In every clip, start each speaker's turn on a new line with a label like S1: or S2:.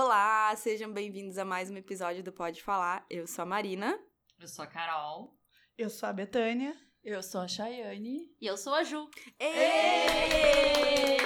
S1: Olá, sejam bem-vindos a mais um episódio do Pode Falar. Eu sou a Marina.
S2: Eu sou a Carol.
S3: Eu sou a Betânia.
S4: Eu sou a Chayane.
S5: E eu sou a Ju.
S1: Êêêê!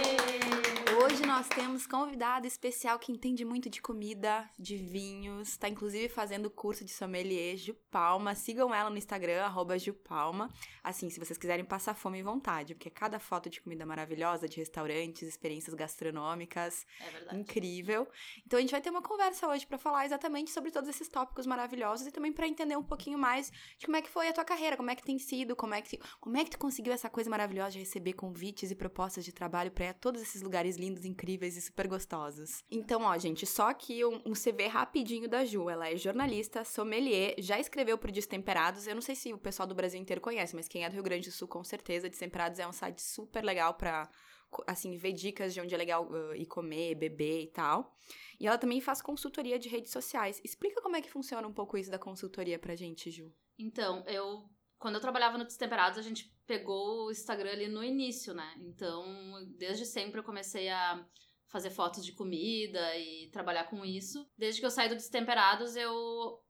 S1: Hoje nós temos convidado especial que entende muito de comida, de vinhos, tá inclusive fazendo curso de sommelier Ju Palma. Sigam ela no Instagram, arroba Ju Palma. Assim, se vocês quiserem passar fome e vontade, porque cada foto de comida maravilhosa, de restaurantes, experiências gastronômicas,
S5: É verdade.
S1: incrível. Então a gente vai ter uma conversa hoje pra falar exatamente sobre todos esses tópicos maravilhosos e também pra entender um pouquinho mais de como é que foi a tua carreira, como é que tem sido, como é que como é que tu conseguiu essa coisa maravilhosa de receber convites e propostas de trabalho pra todos esses lugares lindos, incríveis e super gostosos. Então, ó, gente, só aqui um, um CV rapidinho da Ju. Ela é jornalista, sommelier, já escreveu pro Destemperados. Eu não sei se o pessoal do Brasil inteiro conhece, mas quem é do Rio Grande do Sul com certeza, Destemperados é um site super legal pra co- assim, ver dicas de onde é legal uh, ir comer, beber e tal. E ela também faz consultoria de redes sociais. Explica como é que funciona um pouco isso da consultoria pra gente, Ju.
S5: Então, eu. Quando eu trabalhava no Destemperados, a gente pegou o Instagram ali no início, né? Então, desde sempre eu comecei a fazer fotos de comida e trabalhar com isso. Desde que eu saí do Destemperados, eu.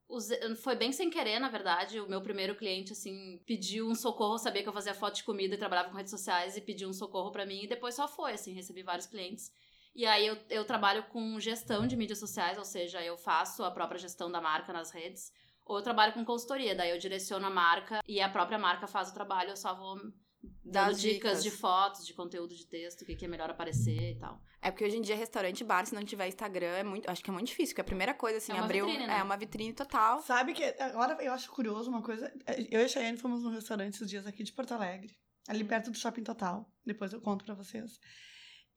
S5: usei- Foi bem sem querer, na verdade. O meu primeiro cliente, assim, pediu um socorro, sabia que eu fazia foto de comida e trabalhava com redes sociais e pediu um socorro pra mim. E depois só foi, assim, recebi vários clientes. E aí eu, eu trabalho com gestão de mídias sociais, ou seja, eu faço a própria gestão da marca nas redes ou eu trabalho com consultoria, daí eu direciono a marca e a própria marca faz o trabalho, eu só vou
S1: Dá
S5: dando
S1: as dicas.
S5: dicas. de fotos, de conteúdo de texto, o que, que é melhor aparecer e tal.
S1: É porque hoje em dia, restaurante, bar, se não tiver Instagram, é muito, acho que é muito difícil, porque a primeira coisa, assim,
S5: É uma
S1: abriu.
S5: vitrine, né?
S1: É uma vitrine total.
S3: Sabe que agora eu acho curioso uma coisa. Eu e a Chayane fomos num restaurante esses dias aqui de Porto Alegre, ali perto do Shopping Total. Depois eu conto pra vocês.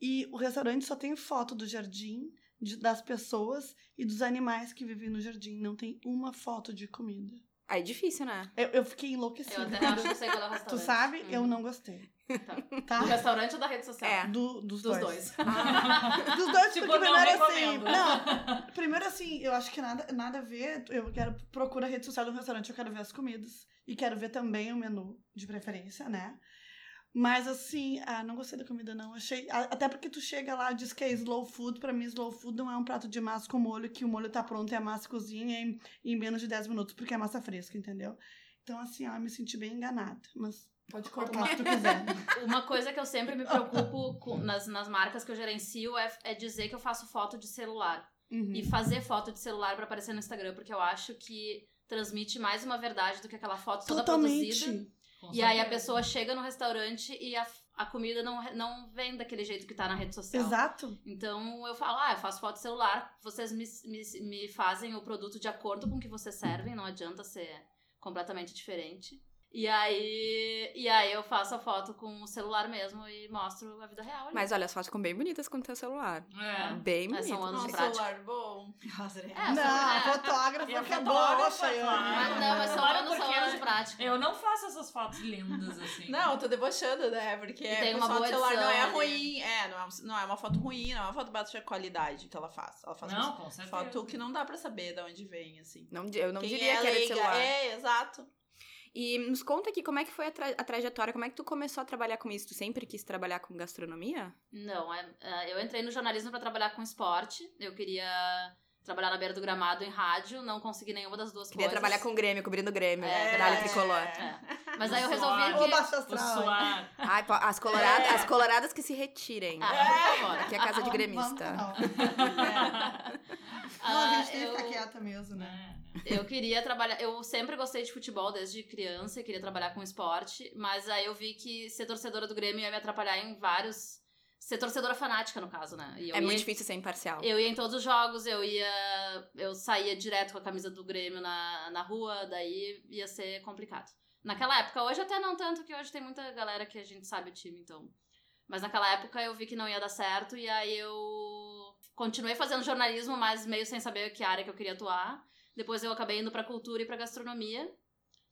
S3: E o restaurante só tem foto do jardim, de- das pessoas e dos animais que vivem no jardim. Não tem uma foto de comida.
S1: Aí é difícil, né?
S3: Eu, eu fiquei
S5: Eu
S3: enlouquecida.
S5: até acho que eu sei qual é o
S3: Tu
S5: restaurante.
S3: sabe?
S5: Uhum.
S3: Eu não gostei.
S5: Tá. Do
S3: Tá?
S5: restaurante ou da rede social?
S1: É.
S3: Do- dos,
S5: Dos
S3: dois.
S5: dois.
S3: Dos dois,
S2: Tipo,
S3: porque
S2: não
S3: primeiro assim.
S2: recomendo.
S3: Não, primeiro assim, eu acho que nada, nada a ver. Eu quero procurar a rede social do restaurante, eu quero ver as comidas. E quero ver também o menu, de preferência, né? Mas assim, ah, não gostei da comida, não. Achei. a- Até porque tu chega lá e diz que é slow food. Pra mim, slow food não é um prato de massa com molho, que o molho tá pronto e a massa cozinha em, em menos de 10 minutos, porque é massa fresca, entendeu? Então, assim, ó, eu me senti bem enganada. Mas pode cortar o que tu quiser.
S5: Uma coisa que eu sempre me preocupo com- nas, nas marcas que eu gerencio é, é dizer que eu faço foto de celular.
S3: Uhum.
S5: E fazer foto de celular pra aparecer no Instagram, porque eu acho que transmite mais uma verdade do que aquela foto toda produzida.
S3: Totalmente.
S2: Com
S5: E aí a
S2: certeza.
S5: pessoa chega no restaurante e a, a comida não, re- não vem daquele jeito que tá na rede social.
S3: Exato.
S5: Então eu falo, ah, eu faço foto de celular, vocês me, me, me fazem o produto de acordo com o que vocês servem, não adianta ser completamente diferente. E aí, e aí eu faço a foto com o celular mesmo e mostro a vida real. ali.
S1: Mas olha, as fotos ficam bem bonitas com o teu celular.
S2: É.
S1: Bem assim.
S5: É,
S1: bonitas.
S5: são anos
S4: Um
S5: de prática.
S4: celular bom.
S5: É, só-
S3: Não,
S5: é.
S3: fotógrafo
S2: E a
S3: que é
S2: fotógrafa,
S3: boa, Chayane.
S2: claro.
S5: Mas Ah, não, é um mas são
S2: Olha
S5: anos, são
S2: porque
S5: anos de prática.
S2: Eu não faço essas fotos lindas assim.
S4: Não, eu tô debochando, né? Porque
S5: E tem
S4: o
S5: uma
S4: pessoal do
S5: boa
S4: celular não é
S5: edição né? ali.
S4: ruim. É, não é, um- não é uma foto ruim, não é uma foto de baixa qualidade que ela faz. Ela faz
S2: Não,
S4: uma
S2: com certeza.
S4: foto que não dá pra saber de onde vem, assim.
S1: Não, di- eu não
S4: Quem
S1: diria
S4: é
S1: que era de
S4: leiga-
S1: celular.
S4: É, exato.
S1: E nos conta aqui como é que foi a, tra- a trajetória, como é que tu começou a trabalhar com isso? Tu sempre quis trabalhar com gastronomia?
S5: Não, é- é, eu entrei no jornalismo pra trabalhar com esporte. Eu queria trabalhar na beira do gramado em rádio, não consegui nenhuma das duas
S1: Queria
S5: coisas.
S1: trabalhar com o Grêmio, cobrindo o Grêmio,
S5: É,
S1: medalha
S5: verdade.
S1: tricolor.
S5: É. Mas aí eu
S2: Suor.
S3: Ô,
S5: resolvi que.
S3: baixo
S2: O
S3: astral. hein?
S2: suar.
S1: Ai, po- as, colorada-
S4: É.
S1: as coloradas que se retirem.
S5: Ah, por favor.
S1: Que é a casa de
S3: Vamos-
S1: gremista.
S3: vamos não. É. Não, a gente tem que ficar
S5: Ah, eu,
S3: quieta mesmo, né?
S5: eu queria trabalhar. Eu sempre gostei de futebol desde criança e queria trabalhar com esporte. Mas aí eu vi que ser torcedora do Grêmio ia me atrapalhar em vários. Ser torcedora fanática, no caso, né? E eu
S1: É
S5: ia-
S1: muito difícil ser imparcial.
S5: Eu ia em todos os jogos, eu ia. Eu saía direto com a camisa do Grêmio na, na rua, daí ia ser complicado. Naquela época, hoje até não tanto, que hoje tem muita galera que a gente sabe o time, então. Mas naquela época eu vi que não ia dar certo, e aí eu continuei fazendo jornalismo, mas meio sem saber que área que eu queria atuar. Depois eu acabei indo pra cultura e pra gastronomia.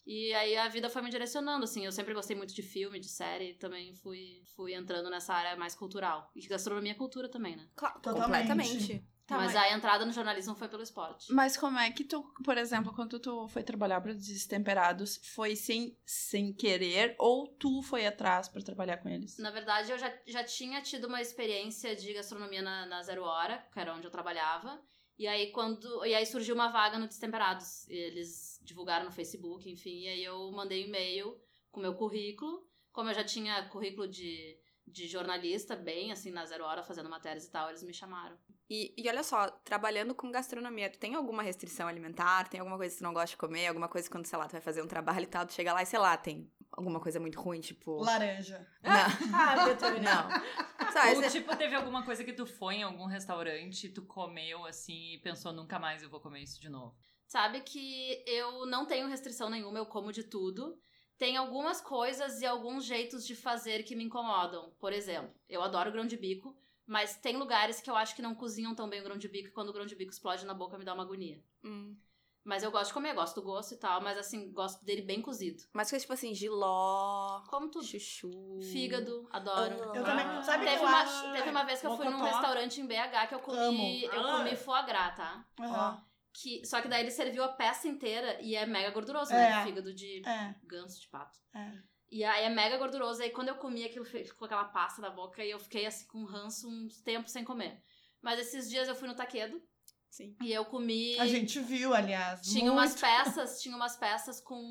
S5: E aí a vida foi me direcionando, assim. Eu sempre gostei muito de filme, de série, também fui, fui entrando nessa área mais cultural. E gastronomia é cultura também, né?
S1: Claro,
S3: Totalmente.
S1: completamente.
S4: Tá,
S5: mas
S4: mas-
S5: a entrada no jornalismo foi pelo esporte.
S4: Mas como é que tu, por exemplo, quando tu foi trabalhar para Destemperados, foi sem, sem querer ou tu foi atrás para trabalhar com eles?
S5: Na verdade, eu já, já tinha tido uma experiência de gastronomia na, na Zero Hora, que era onde eu trabalhava. E aí quando. E aí surgiu uma vaga no Destemperados. E eles divulgaram no Facebook, enfim. E aí eu mandei um e-mail com meu currículo. Como eu já tinha currículo de, de jornalista, bem assim, na zero hora, fazendo matérias e tal, eles me chamaram.
S1: E, e olha só, trabalhando com gastronomia, tu tem alguma restrição alimentar? Tem alguma coisa que tu não gosta de comer? Alguma coisa quando, sei lá, tu vai fazer um trabalho e tal, tu chega lá e, sei lá, tem alguma coisa muito ruim, tipo...
S3: Laranja.
S1: Não,
S4: Ah,
S1: não. Sabe,
S2: Ou,
S1: cê-
S2: tipo, teve alguma coisa que tu foi em algum restaurante, tu comeu assim e pensou, nunca mais eu vou comer isso de novo.
S5: Sabe que eu não tenho restrição nenhuma, eu como de tudo. Tem algumas coisas e alguns jeitos de fazer que me incomodam. Por exemplo, eu adoro grão de bico, mas tem lugares que eu acho que não cozinham tão bem o grão de bico e quando o grão de bico explode na boca me dá uma agonia.
S1: Hum.
S5: Mas eu gosto de comer, gosto do gosto e tal, mas assim, gosto dele bem cozido.
S1: Mas coisas tipo assim, giló,
S5: Como tudo.
S1: chuchu...
S5: Fígado, adoro.
S3: Hum. Eu também.
S2: Ah.
S3: Sabe que
S5: Teve
S3: eu acho.
S5: uma, teve uma vez que eu fui num
S3: Mocotó.
S5: restaurante em BH que eu comi,
S2: Amo.
S5: eu
S2: Ah.
S5: comi foie gras, tá?
S3: Aham.
S5: Que, só que daí ele serviu a peça inteira e é mega gorduroso,
S3: É.
S5: né? Fígado de
S3: É,
S5: ganso de pato.
S3: é.
S5: E aí é mega gorduroso. Aí quando eu comi aquilo, fe- ficou aquela pasta na boca e eu fiquei assim com ranço uns tempos sem comer. Mas esses dias eu fui no taquedo
S1: Sim.
S5: e eu comi.
S3: A gente viu, aliás.
S5: Tinha
S3: muito.
S5: umas peças, tinha umas peças com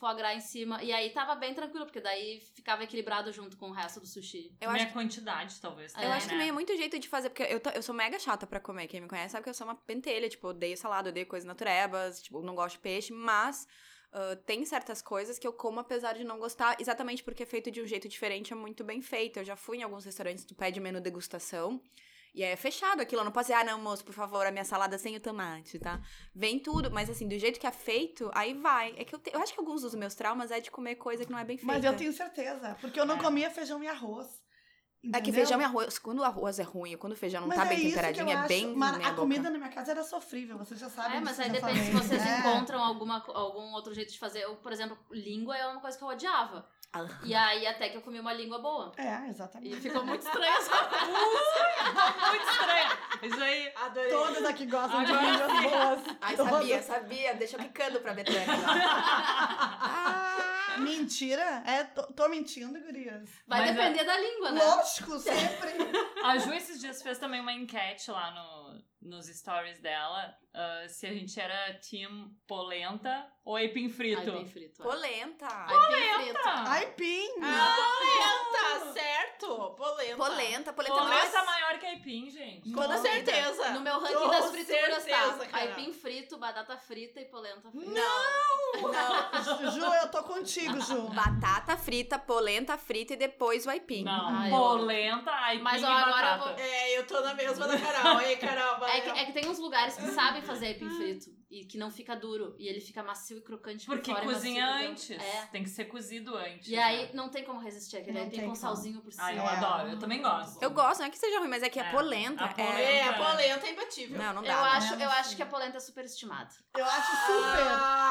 S5: foie gras em cima. E aí tava bem tranquilo, porque daí ficava equilibrado junto com o resto do sushi.
S1: Eu
S2: Minha
S1: acho,
S2: quantidade, talvez.
S1: eu
S5: É,
S1: acho que
S2: né?
S1: também é muito jeito de fazer, porque eu, tô- eu sou mega chata pra comer. Quem me conhece sabe que eu sou uma pentelha, tipo, eu odeio salada, eu odeio coisas naturebas, tipo, eu não gosto de peixe, mas ah, tem certas coisas que eu como apesar de não gostar, exatamente porque é feito de um jeito diferente, é muito bem feito. Eu já fui em alguns restaurantes, tu pede menu degustação. E aí é fechado aquilo, eu não posso dizer, ah, não, moço, por favor, a minha salada sem o tomate, tá? Vem tudo, mas assim, do jeito que é feito, aí vai. É que eu, te- eu acho que alguns dos meus traumas é de comer coisa que não é bem feita.
S3: Mas eu tenho certeza, porque eu não
S2: É.
S3: comia feijão e arroz.
S1: É que
S3: entendeu?
S1: feijão e arroz, quando o arroz é ruim, quando o feijão não
S3: Mas
S1: tá
S3: é
S1: bem
S3: isso que
S1: temperadinho,
S3: eu
S1: é
S3: acho.
S1: bem
S3: Mas
S1: na minha
S3: a
S1: boca.
S3: comida na minha casa era sofrível, vocês já sabem.
S5: é, mas
S3: disso,
S5: aí
S3: já
S5: depende se
S3: falei.
S5: vocês
S3: É.
S5: encontram alguma, algum outro jeito de fazer. Eu, por exemplo, língua é uma coisa que eu odiava.
S1: Ah.
S5: E aí até que eu comi uma língua boa.
S3: É,
S5: E
S3: exatamente.
S5: ficou muito estranho essa
S2: Muito estranho. Isso aí.
S6: Adorei.
S3: Todas aqui gostam de
S2: Agora
S3: comidas boas.
S1: Ai,
S3: Todas.
S1: sabia, sabia. Deixa picando pra Betânia. Ah,
S3: Mentira? É, tô, tô mentindo, gurias.
S5: Vai
S2: Mas
S5: depender da língua, né?
S3: Lógico, sempre.
S2: A Ju esses dias fez também uma enquete lá no, nos stories dela ah, se a gente era team polenta ou aipim frito.
S5: Aipim frito. é.
S1: polenta.
S5: Aipim frito.
S3: Aipim.
S4: Tá
S6: Polenta, certo? Polenta.
S1: Polenta, é polenta.
S2: Polenta
S1: Nossa,
S2: maior que aipim, gente.
S6: Com
S1: Nossa.
S6: certeza.
S5: No meu ranking
S6: Com
S5: das frituras
S6: certeza,
S5: tá
S6: cara.
S5: aipim frito, batata frita e polenta frita.
S3: Hum,
S1: não. Ah.
S3: Ju, eu tô contigo, Ju.
S1: Batata frita, polenta frita e depois o aipim.
S2: Não,
S5: Ah, eu-
S2: polenta, aipim
S5: Mas, ó,
S2: e
S5: agora eu
S2: batata.
S5: vou-
S6: É, eu tô na mesma da Carol. Ei, Carol, vai.
S5: É que, é que tem uns lugares que sabem fazer aipim frito e que não fica duro. E ele fica macio e crocante por
S2: Porque
S5: fora e macio
S2: cozinha
S5: por dentro.
S2: antes.
S5: É.
S2: Tem que ser cozido antes. é.
S5: E aí não tem como resistir é aquele
S3: Não
S5: aipim
S3: tem
S5: com
S3: como.
S5: salzinho por cima.
S2: Ah, eu
S3: É.
S2: adoro. Eu também gosto.
S1: Eu gosto, não é que seja ruim, mas é que a
S2: É,
S1: polenta
S2: a
S1: é...
S6: É, a polenta é imbatível.
S1: Não, não dá.
S5: Eu
S1: né?
S5: acho,
S3: né?
S5: eu acho que a polenta é super estimada.
S3: Eu acho super.
S6: Ah,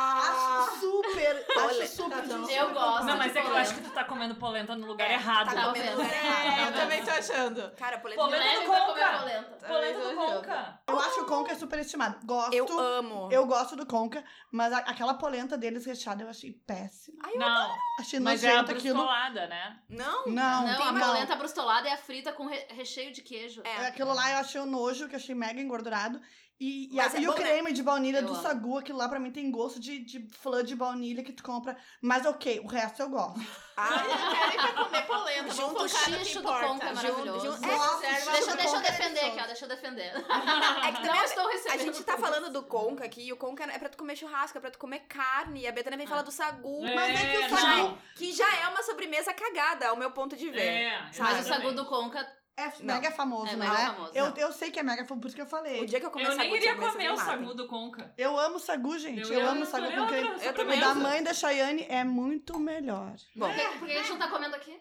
S3: Acho super.
S1: Olha,
S3: Acho super.
S6: tá bom.
S3: de-
S5: Eu gosto.
S2: Não, mas
S5: de
S2: é que eu
S5: polenta.
S2: acho que tu tá comendo polenta no lugar
S1: É,
S2: errado.
S1: tá
S5: Talvez.
S1: comendo,
S6: é,
S1: né?
S6: eu também tô achando.
S1: Cara, polenta... é
S2: Polenta é
S5: Leve
S2: do
S5: pra
S2: Conca.
S5: comer polenta.
S2: Polenta do
S6: Talvez eu
S2: conca.
S3: Eu acho o Conca superestimado. Gosto.
S1: Eu amo.
S3: Eu gosto do Conca, mas a- aquela polenta deles recheada eu achei péssima.
S1: Ai, eu...
S2: Não,
S3: Achei
S2: mas é a
S3: nojento aquilo.
S2: brustolada, né?
S1: Não?
S3: Não,
S5: Não,
S3: tem
S5: a
S3: não.
S5: polenta brustolada é a frita com re- recheio de queijo.
S1: É.
S3: Aquilo lá eu achei um nojo, que eu achei mega engordurado. E, e, a-
S1: Mas é
S3: e
S1: bom,
S3: o
S1: né?
S3: creme de baunilha
S5: Eu
S3: do
S5: amo.
S3: Sagu, aquilo lá pra mim tem gosto de, de flã de baunilha que tu compra. Mas ok, o resto eu gosto.
S1: Ai,
S6: Olha, querem pra comer Né, polenta.
S5: Junto
S6: Vamos focar no que
S5: xixo do
S6: importa.
S5: Conca é maravilhoso.
S1: Junto-
S6: É,
S3: Nossa,
S6: reserva-
S5: Deixa,
S3: do
S5: deixa eu
S3: Conca é
S5: defender aqui, ó.
S3: delicioso.
S5: Deixa eu defender.
S1: É que também
S5: Não
S1: a-
S5: estou
S1: A
S5: recebendo.
S1: gente tá falando do conca aqui, e o conca é pra tu comer churrasco, é pra tu comer carne, e a Betânia vem falar do sagu,
S2: É,
S3: mas é que o
S2: não.
S3: sagu
S1: que já é uma sobremesa cagada, ao meu ponto de ver.
S2: É,
S1: Sabe?
S5: Mas o
S2: exatamente.
S5: sagu do conca
S3: é
S1: Não.
S3: mega famoso,
S5: É
S3: né?
S5: mega famoso,
S3: eu,
S5: não.
S3: eu sei que é mega famoso, por isso que eu falei.
S1: O dia que eu comer
S2: Eu
S5: é
S1: sagu,
S2: nem
S1: de
S2: iria
S1: sobremesa,
S2: comer o
S1: me matem.
S2: sagu do conca.
S3: Eu amo sagu, gente. Eu,
S2: ia-
S3: amo sagu
S2: eu
S3: com
S2: adoro
S3: creme.
S1: Eu
S3: O
S1: também.
S3: da
S2: sobremesa.
S3: mãe da Chayane é muito melhor.
S1: Bom,
S5: Por que, por que a gente não tá comendo aqui?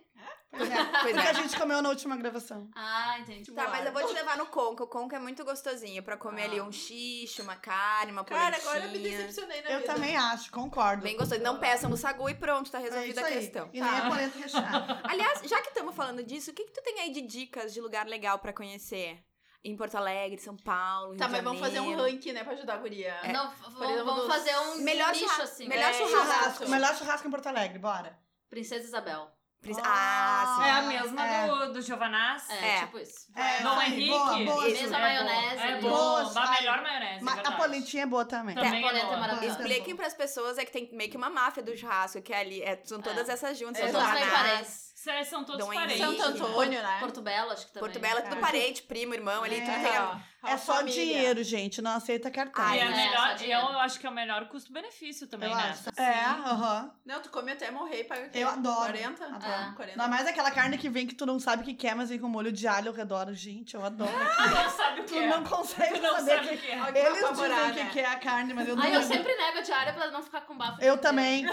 S3: Pois é.
S1: pois
S3: Porque a
S1: é.
S3: gente comeu na última gravação.
S5: Ah, entendi.
S1: Tá, mas eu vou te levar no conca. O conca é muito gostosinho pra comer
S5: Ah.
S1: ali um xixo, uma carne, uma
S6: Cara,
S1: polentinha.
S6: agora eu me decepcionei na
S3: Eu
S6: vida.
S3: também acho, concordo.
S1: Bem gostoso. Não peçam o sagu e pronto, tá
S3: é isso
S1: resolvida a
S3: aí.
S1: questão.
S3: E
S1: Tá.
S3: nem a polenta recheada.
S1: Aliás, já que estamos falando disso, o que que tu tem aí de dicas de lugar legal pra conhecer? Em Porto Alegre, São Paulo, Rio
S6: Tá,
S1: de
S6: mas vamos fazer um
S1: Janeiro.
S6: ranking, né, pra ajudar a guria.
S3: É,
S5: Não, v- vamos,
S6: exemplo,
S5: vamos
S6: dos-
S5: fazer um
S1: Melhor
S5: nicho
S1: churra-
S5: assim.
S1: melhor
S5: É,
S1: churrasco.
S3: O melhor churrasco em Porto Alegre, bora.
S5: Princesa Isabel.
S1: Pris-
S3: Ah,
S1: Ah,
S2: É a
S3: Ah,
S2: mesma
S3: é.
S2: do, do Giovanaz.
S5: É,
S1: É.
S5: tipo isso.
S3: É,
S2: Dom
S3: aí,
S2: Henrique.
S3: boa, boa,
S1: Isso.
S3: Ju.
S5: Mesma maionese.
S2: É
S3: Boa,
S2: bom. A
S3: sai.
S2: melhor maionese.
S3: Ma-
S2: é
S3: a
S2: verdade.
S3: polentinha é boa também.
S5: Tá.
S2: Também
S5: Polenta é
S2: é boa.
S5: maravilhosa.
S3: Isso.
S1: Expliquem pras pessoas é que tem meio que uma máfia do churrasco, que é ali. é- são todas
S5: É.
S1: essas juntas.
S5: São
S1: são
S5: todos
S1: Guaraná,
S5: meio parentes.
S2: Cê- São todos
S1: Dom Henrique.
S2: parentes.
S4: Santo Antônio, né?
S5: Porto Belo, acho que também. tá.
S1: Porto Belo é
S3: Cara.
S1: tudo parente, primo, irmão ali.
S3: É.
S1: Tudo tem a...
S3: É só dinheiro, gente. Não aceita cartão.
S1: Ah,
S2: E é
S5: né?
S2: melhor,
S5: Só
S2: e eu
S5: dinheiro.
S2: acho que é o melhor custo-benefício também,
S3: Eu
S2: né?
S3: acho. É, aham.
S4: Não, tu come até morrer e paga o quê?
S3: Eu adoro.
S4: 40?
S5: Adoro.
S4: 40.
S3: Ainda mais aquela carne que vem que tu não sabe o que que é, mas vem com molho de alho ao redor. Gente, eu adoro.
S2: Tu não sabe o que
S3: tu
S2: Ah, é.
S3: não consegue
S2: Tu não
S3: saber.
S2: sabe o que Ah, é.
S3: que- Eles
S4: apavorar,
S3: dizem o
S4: né?
S3: que que é a carne, mas eu não
S5: Aí eu
S3: lembro.
S5: sempre nego a diária pra não ficar com bafo.
S3: Eu também.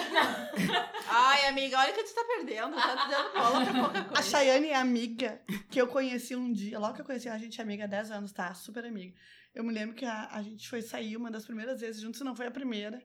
S4: Ai, amiga, olha o que tu tá perdendo. Tá dando bola pra pouca
S3: A
S4: coisa.
S3: Chayane é amiga que eu conheci um dia. Logo que eu conheci, a gente é amiga há 10 anos, tá? Super amiga. Eu me lembro que a, a gente foi sair uma das primeiras vezes juntos, se não foi a primeira.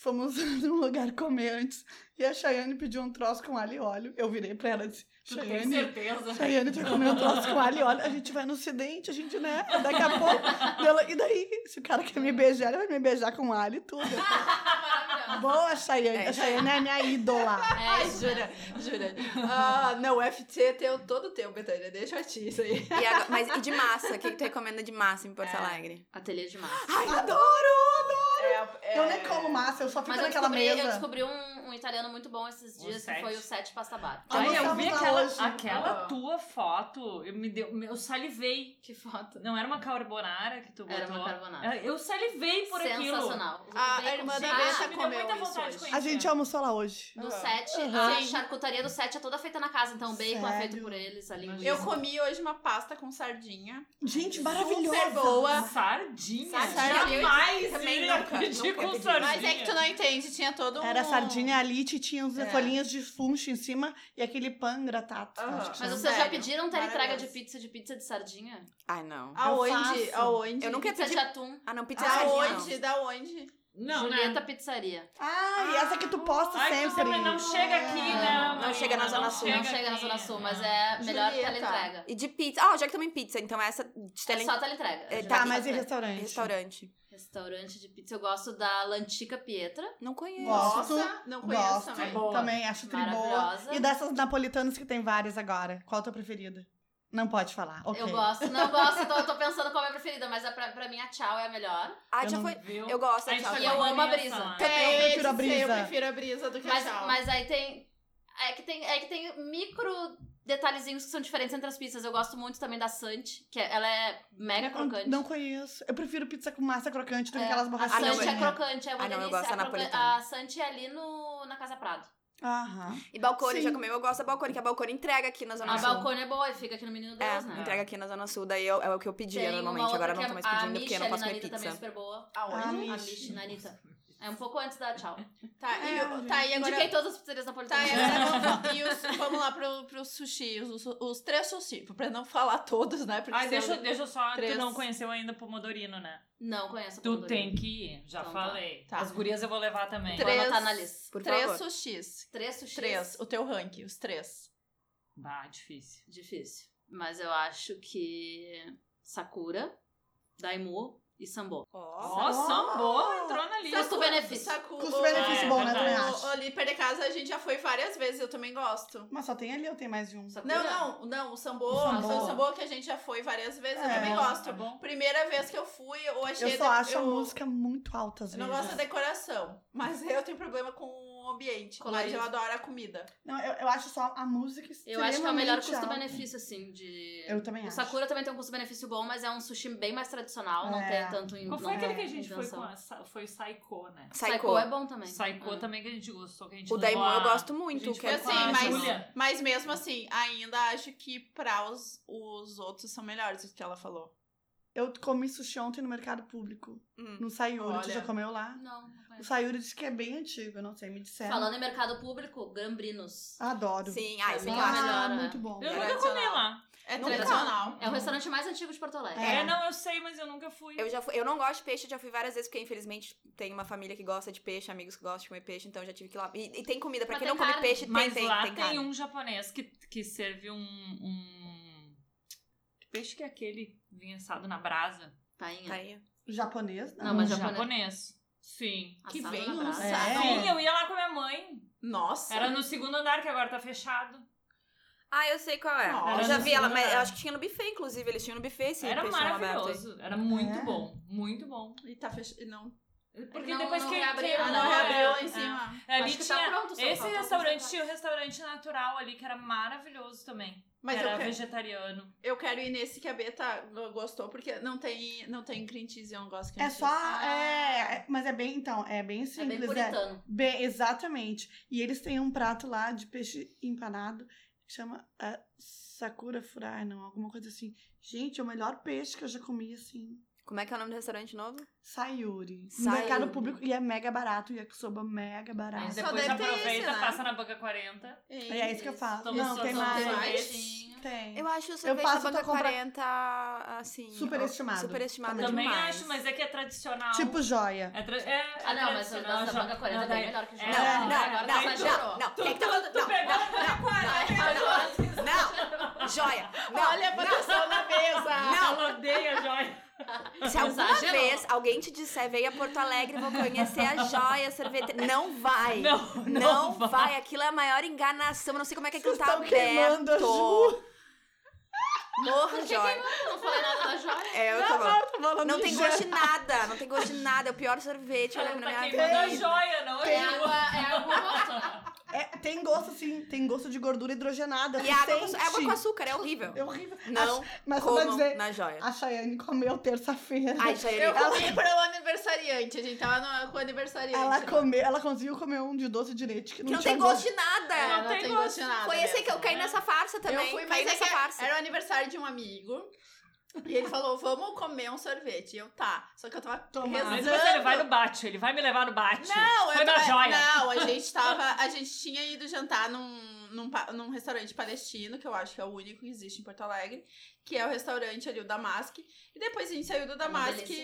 S3: Fomos num lugar comer antes. E a Chayane pediu um troço com alho e óleo. Eu virei pra ela e disse:
S2: Tu tem
S3: Chayane,
S2: certeza.
S3: Chayane vai comer um troço com alho e óleo. A gente vai no ocidente, a gente, né? Daqui a pouco. Ela, e daí? Se o cara quer me beijar, ele vai me beijar com alho e tudo. "Tá
S5: Maravilhosa.
S3: Boa, Chayane. A Chayane é minha ídola.
S5: É,
S4: Ai,
S5: isso mesmo.
S4: jura,
S3: né?
S4: jura. Ah, na UFC teu todo o tempo, Betânia. Deixa eu te isso aí.
S1: E agora- mas e de massa? O que que tu recomenda de massa em
S5: É.
S1: Porto Alegre?
S5: Ateliê de massa.
S3: Ai, adoro, adoro.
S4: É, é-
S3: Eu nem como massa, eu só fico
S5: Mas eu
S3: Ah, naquela
S5: descobri, eu
S3: mesa.
S5: descobri um, um italiano muito bom esses
S2: O
S5: dias, que
S2: Sete.
S5: foi o Sete Pasta Bar.
S3: Ah,
S2: Ai,
S3: nós
S2: eu
S3: vamos
S2: vi
S3: lá hoje.
S2: aquela, aquela
S4: Ah.
S2: tua foto, eu me deu, eu salivei.
S5: Que foto.
S2: Não era uma carbonara que tu botou? É,
S5: Era uma carbonara.
S2: Eu salivei por aquilo.
S5: Sensacional.
S4: A
S5: Bacon
S4: irmã da
S5: cheese.
S2: Ah,
S4: Bessa
S2: me deu
S4: comeu
S2: muita
S4: isso
S2: vontade
S4: hoje.
S2: de conhecer.
S3: A gente almoço lá hoje.
S5: No
S4: Aham.
S5: set, assim, a
S3: Aham.
S5: charcutaria do set é toda feita na casa, então o bacon é feito
S3: Sério?
S5: por eles, a linguiça.
S4: Eu comi hoje uma pasta com sardinha.
S3: Gente,
S4: Super
S3: maravilhosa.
S4: boa.
S2: Sardinha.
S4: Sardinha.
S2: Jamais
S4: Também
S2: iria
S4: nunca,
S2: pedir
S4: nunca
S2: com
S4: pedi.
S2: sardinha.
S4: Mas é que tu não entende, tinha todo um...
S3: Era sardinha alite, tinha uns
S4: É.
S3: folhinhas de funcho em cima e aquele pão gratato.
S4: Aham.
S3: acho que
S5: Mas
S3: chama.
S5: vocês já
S4: Sério,
S5: pediram entrega de
S4: maravilhoso.
S5: pizza de pizza de sardinha?
S1: Ai, não.
S4: Aonde?
S3: faço.
S4: Aonde?
S1: Eu nunca
S5: Pizza
S1: pedi-
S5: de atum.
S1: Ah, não, pizza de sardinha, não.
S4: Aonde? Da onde?
S2: Não, né?
S5: é Julieta Pizzaria.
S3: Ah, e essa que tu posta
S2: Ai, que tu
S3: sempre.
S2: sempre não chega aqui,
S3: É.
S2: né?
S5: Não
S2: Marina?
S1: chega na Zona Sul.
S5: Ah, Não,
S1: Chega
S5: chega na
S2: aqui.
S5: Zona Sul, mas é melhor
S4: Julieta.
S5: teleentrega.
S1: E de pizza. Ah, já que também pizza, então essa de
S5: É
S1: tele...
S5: só teleentrega.
S1: É,
S5: Já
S3: Tá,
S5: tem
S3: mas e
S5: teleentrega.
S3: restaurante?
S1: restaurante.
S5: Restaurante de pizza, eu gosto da Lantica Pietra.
S1: Não conheço.
S3: Gosto,
S4: Nossa, não conheço
S3: Gosto.
S4: também.
S2: É boa.
S3: Também acho triboa.
S5: Maravilhosa.
S3: E dessas napolitanas que tem várias agora. Qual a tua preferida? Não pode falar. Ok.
S5: Eu gosto, não gosto, tô, tô pensando qual é a minha preferida, mas a, pra, pra mim a Tchau é a melhor.
S1: Ah,
S3: Eu
S1: já
S3: não-
S1: foi.
S2: Viu?
S1: Eu gosto da
S2: A gente
S1: tchau.
S2: foi
S5: E eu
S2: com a
S5: amo a
S2: Vanessa
S5: brisa.
S2: lá.
S3: Também, eu
S4: É,
S3: prefiro a
S4: esse, Eu
S3: brisa.
S4: prefiro a brisa do que
S5: Mas,
S4: a tchau.
S5: mas aí tem é, que tem. é que tem micro detalhezinhos que são diferentes entre as pizzas. Eu gosto muito também da Santi, que é- ela é mega crocante.
S3: Não conheço. Eu prefiro pizza com massa crocante do que
S5: É,
S3: aquelas
S5: A
S3: borrachinhas.
S5: Santi é
S1: não,
S5: crocante, é uma
S1: Ah, não, eu
S5: delícia.
S1: gosto
S5: a,
S1: da
S5: croca-
S1: napolitana.
S5: a Santi é ali no, na Casa Prado.
S3: Aham.
S1: E balcone,
S3: Sim.
S1: já comeu. Eu gosto da balcone, que a balcone entrega aqui na Zona
S5: a
S1: Sul.
S5: balcone é boa e fica aqui no Menino
S1: Ah, É,
S5: Deus, né?
S1: entrega aqui na Zona Sul, daí eu- é o que eu pedia
S5: Tem uma
S1: normalmente.
S5: outra
S1: Agora eu
S5: que
S1: não tô
S5: é-
S1: mais
S5: a
S1: pedindo porque eu não
S5: Michelle
S1: posso
S5: na
S1: comer
S5: Anitta também é
S1: pizza.
S5: super boa.
S3: Ah,
S5: A
S4: Aonde?
S3: Michi.
S5: Michi na Anitta. É um pouco antes da Tchau.
S4: Tá,
S3: É,
S4: e, tá, e agora...
S5: Indiquei todas as pizzarias
S4: Tá,
S5: napolitanas.
S4: e
S1: é.
S4: agora vamos, e os- vamos lá pro, pro sushi, os, os, os três sushi, pra não falar todos, né? Porque
S2: Ai, deixa,
S4: senão-
S2: eu- deixa eu só.
S4: Três.
S2: Tu não conheceu ainda Pomodorino, né?
S5: Não conheço a
S2: Tu
S5: Pomodoro.
S2: tem que ir, já
S5: Então tá.
S2: falei.
S4: Tá.
S2: As gurias eu vou levar também.
S5: Vou
S4: Três.
S5: anotar na lista.
S1: Por
S4: Três
S1: favor.
S4: sushis.
S5: Três sushis.
S4: Três, o teu ranking, os três.
S2: Bah, difícil.
S5: Difícil. Mas eu acho que Sakura, Daimu e Sambo.
S4: Ó,
S2: Ó, Sambo entrou na lista.
S5: Custo-benefício.
S3: Custo-benefício
S2: é,
S3: bom, né?
S2: verdade.
S3: Também acho.
S4: Ali perto de casa a gente já foi várias vezes, eu também gosto.
S3: Mas só tem ali ou tem mais de um?
S5: Sakura?
S4: Não, não, não, o sambô,
S3: O sambô.
S4: foi o sambô que a gente já foi várias vezes, eu
S3: É.
S4: também
S2: Tá
S4: gosto.
S2: bom?
S4: Primeira vez que eu fui, eu achei...
S3: Eu só
S4: de-
S3: acho a
S4: eu-
S3: música muito alta às
S4: Eu não
S3: vezes.
S4: gosto da decoração, mas eu tenho problema com o ambiente, mas
S5: Colorido.
S4: eu adoro a comida.
S3: Não, eu, eu acho só a música
S5: Eu acho que é o melhor
S3: extremamente alta.
S5: custo-benefício, assim, de...
S3: Eu também
S5: O
S3: acho.
S5: Sakura também tem um custo-benefício bom, mas é um sushi bem mais tradicional, não
S3: É.
S5: tem tanto... in-
S2: Qual foi
S5: não
S2: aquele
S5: tem
S2: que a gente foi
S5: invenção.
S2: com? A, Sa- foi o Saiko, né?
S5: Saiko
S1: Saiko.
S5: é bom também.
S2: Saiko
S5: É.
S2: também que a gente gostou, que a gente
S1: O Daimon
S2: levou a-
S1: eu gosto
S2: a
S1: muito, que
S2: gente foi
S1: é
S4: Sim,
S2: com
S5: assim,
S2: a
S4: mas-
S2: Júlia.
S4: Mas mesmo assim, ainda acho que pra os, os outros são melhores, o que ela falou.
S3: Eu comi sushi ontem no mercado público,
S1: Hum.
S3: no Sayuri. Tu
S4: Olha.
S3: já comeu lá?
S5: Não, não
S3: O
S5: conheço.
S3: Sayuri diz que é bem antigo, eu não sei, me disseram.
S5: Falando em mercado público, Gambrinos.
S3: Adoro.
S1: Sim, ai,
S5: Sim,
S1: sim.
S5: é
S3: Ah,
S5: melhor, né?
S3: muito bom.
S2: Eu
S4: Não.
S2: nunca comi
S4: Tradicional.
S2: lá.
S4: É
S1: Nunca.
S4: tradicional.
S3: um
S5: É o restaurante mais antigo de Porto Alegre.
S3: É.
S2: É. não, eu sei, mas eu nunca fui.
S1: Eu, já fui- eu não gosto de peixe, eu já fui várias vezes, porque infelizmente tem uma família que gosta de peixe, amigos que gostam de comer peixe, então eu já tive que ir lá. E, e tem comida, pra
S5: Mas
S1: quem
S5: tem
S1: não come
S5: carne.
S1: peixe, tem,
S2: Mas
S1: tem,
S2: lá
S1: tem
S2: tem,
S1: carne.
S2: um japonês que, que serve um, um- Que peixe que é aquele vinho assado na brasa?
S5: Tainha.
S1: Tá aí.
S3: Japonês,
S5: Não, mas
S2: Um
S5: japonês.
S2: japonês. Sim.
S5: Assado
S4: Que vem
S5: na
S4: um
S5: brasa.
S3: É.
S4: saco.
S2: Sim, eu ia lá com a minha mãe.
S4: Nossa.
S2: Era no segundo andar, que agora tá fechado.
S7: Ah, eu sei qual é.
S4: Nossa,
S7: eu já vi ela,
S2: senhora.
S7: mas eu acho que tinha no buffet, inclusive. Eles tinham no buffet esse
S2: era
S7: peixão aberto aí.
S2: maravilhoso. Era muito
S3: É.
S2: bom. Muito bom.
S4: E tá fechado. Não.
S2: Porque
S5: Não-
S2: depois
S5: não
S2: que,
S5: reabriu,
S2: que
S5: Ah,
S4: Ah,
S5: não,
S4: não, reabriu lá
S2: é,
S4: em cima.
S2: é. Ali
S5: Acho que tá
S2: tinha-
S5: pronto, só
S2: Esse
S5: falta os
S2: restaurante
S5: detalhes.
S2: tinha o restaurante natural ali, que era maravilhoso também.
S4: Mas
S2: era
S4: eu quero,
S2: vegetariano.
S4: eu quero ir nesse que a Beta go- gostou, porque não tem, não tem cream cheese e eu não gosto de cream
S3: É só.
S4: cheese.
S3: É, é- mas é bem, então, é
S5: É
S3: bem
S5: bem
S3: simples. É
S5: puritano.
S3: bem- exatamente. E eles têm um prato lá de peixe empanado que chama ah, Sakura Furai, não, alguma coisa assim. Gente, é o melhor peixe que eu já comi, assim.
S1: Como é que é o nome do restaurante novo?
S3: Sayuri. No
S1: Sayuri.
S3: Mercado público e é mega barato, yakisoba mega
S5: Ah,
S3: barato.
S2: Mas
S5: só
S2: depois
S4: deve ter
S2: aproveita,
S4: esse, né?
S2: passa na banca 40.
S3: É, é isso que eu faço.
S2: Toma
S3: não,
S2: só-
S3: tem
S2: só
S3: mais.
S2: tem mais.
S3: Tem.
S1: Eu acho o sorvete da
S3: passo
S1: banca
S3: pra comprar-
S1: 40, assim...
S3: Superestimado.
S1: Superestimado
S3: Também
S2: Também
S1: demais.
S2: acho, mas é que é tradicional.
S3: Tipo joia.
S2: É tra- é- é
S5: Ah, não, mas o
S2: tradicional,
S5: da
S2: já-
S5: banca 40 é
S2: não,
S5: bem
S2: daí-
S5: melhor que o
S2: É,
S5: João.
S1: Não, não,
S2: Não,
S1: não,
S2: daí
S1: não,
S2: tu-
S1: não, não.
S2: Tu,
S1: O que que tá
S2: tu, tu pegou a banca 40.
S1: Não, joia. Não,
S4: Olha a proteção na mesa.
S1: Não,
S2: Ela odeia a joia.
S1: Se alguma
S5: Exagerou.
S1: vez alguém te disser, veio a Porto Alegre, vou conhecer a joia sorveteria. Não vai.
S2: Não, não,
S1: Não
S2: vai.
S1: vai. Aquilo é a maior enganação. Eu Não sei como é que aquilo
S3: Vocês
S1: tá
S3: tão queimando a
S1: aberto. Morra, joia.
S5: Eu não falei nada da joia.
S1: É, eu tô falando.
S3: Tô falando
S1: Não
S3: de
S1: tem
S3: joia.
S1: gosto de nada. Não tem gosto de nada. É o pior sorvete. Olha,
S2: Ela
S1: na
S2: tá
S1: minha
S2: queimando a
S1: vida.
S2: joia, não
S5: É
S2: a
S5: água, é água.
S3: É, tem gosto, assim, tem gosto de gordura hidrogenada.
S1: E
S3: tu
S1: água com,
S3: sente.
S1: é água com açúcar. É horrível.
S3: É horrível.
S1: Não
S3: Mas só pra
S1: comam
S3: dizer,
S1: na joia.
S3: a Chayane comeu terça-feira.
S1: Ai, joia.
S4: Eu comi pra um aniversariante. A gente tava no, com o aniversariante.
S3: Ela, comeu, ela conseguiu comer um de doce de leite que
S1: Que
S3: não,
S1: não
S3: tinha
S1: tem gosto de nada.
S4: É,
S2: Não
S4: não
S2: tem
S4: tem
S2: gosto.
S4: gosto de nada.
S1: Foi esse aí que eu
S4: mesmo. né?
S1: caí nessa farsa também.
S4: Eu fui, mas
S1: caí
S4: é
S1: nessa
S4: que
S1: farsa.
S4: era o aniversário de um amigo. E ele falou, vamos comer um sorvete. E eu, tá. Só que eu tava
S3: Tomara.
S2: Mas
S4: rezando.
S2: depois ele vai no bate, ele vai me levar no bate.
S4: Não,
S2: Foi
S4: eu
S2: na
S4: tava-
S2: joia.
S4: Não, a gente tava... A gente tinha ido jantar num, num, pa- num restaurante palestino, que eu acho que é o único que existe em Porto Alegre, que é o restaurante ali, o Damask. E depois a gente saiu
S1: É
S4: do Damask,
S5: delícia.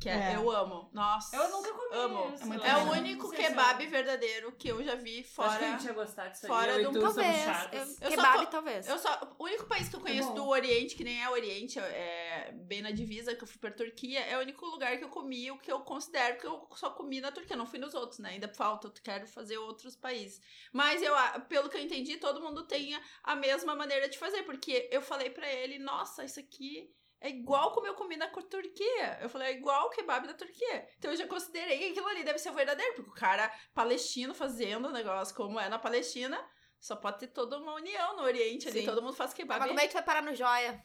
S4: que é,
S3: É.
S4: eu amo. Nossa.
S2: Eu nunca comi
S4: Amo.
S2: isso.
S3: É muito
S4: É o
S3: bom.
S4: único
S2: Não sei se
S4: kebab
S2: eu-
S4: verdadeiro que eu já vi
S2: Acho que a
S4: fora...
S2: gente ia gostar disso aí.
S4: fora
S2: eu e
S4: do-
S2: tu somos chatas.
S1: Talvez. Eu,
S4: Eu só
S1: kebab,
S4: co-
S1: talvez.
S4: Eu só, o único país que eu
S2: Tá
S4: conheço
S3: bom.
S4: do Oriente, que nem é Oriente, é bem na divisa, que eu fui pra Turquia, é o único lugar que eu comi o que eu considero que eu só comi na Turquia. Não fui nos outros, né? Ainda falta, eu quero fazer outros países. Mas eu, a- pelo que eu entendi, todo mundo tem a- a mesma maneira de fazer, porque eu falei pra ele, nossa, isso aqui. É igual como eu comi na cor- Turquia. Eu falei, é igual o kebab da Turquia. Então eu já considerei que aquilo ali deve ser o verdadeiro, porque o cara palestino fazendo o negócio como é na Palestina, só pode ter toda uma união no Oriente ali,
S1: Sim.
S4: todo mundo faz kebab.
S1: Mas como é que tu vai parar no joia?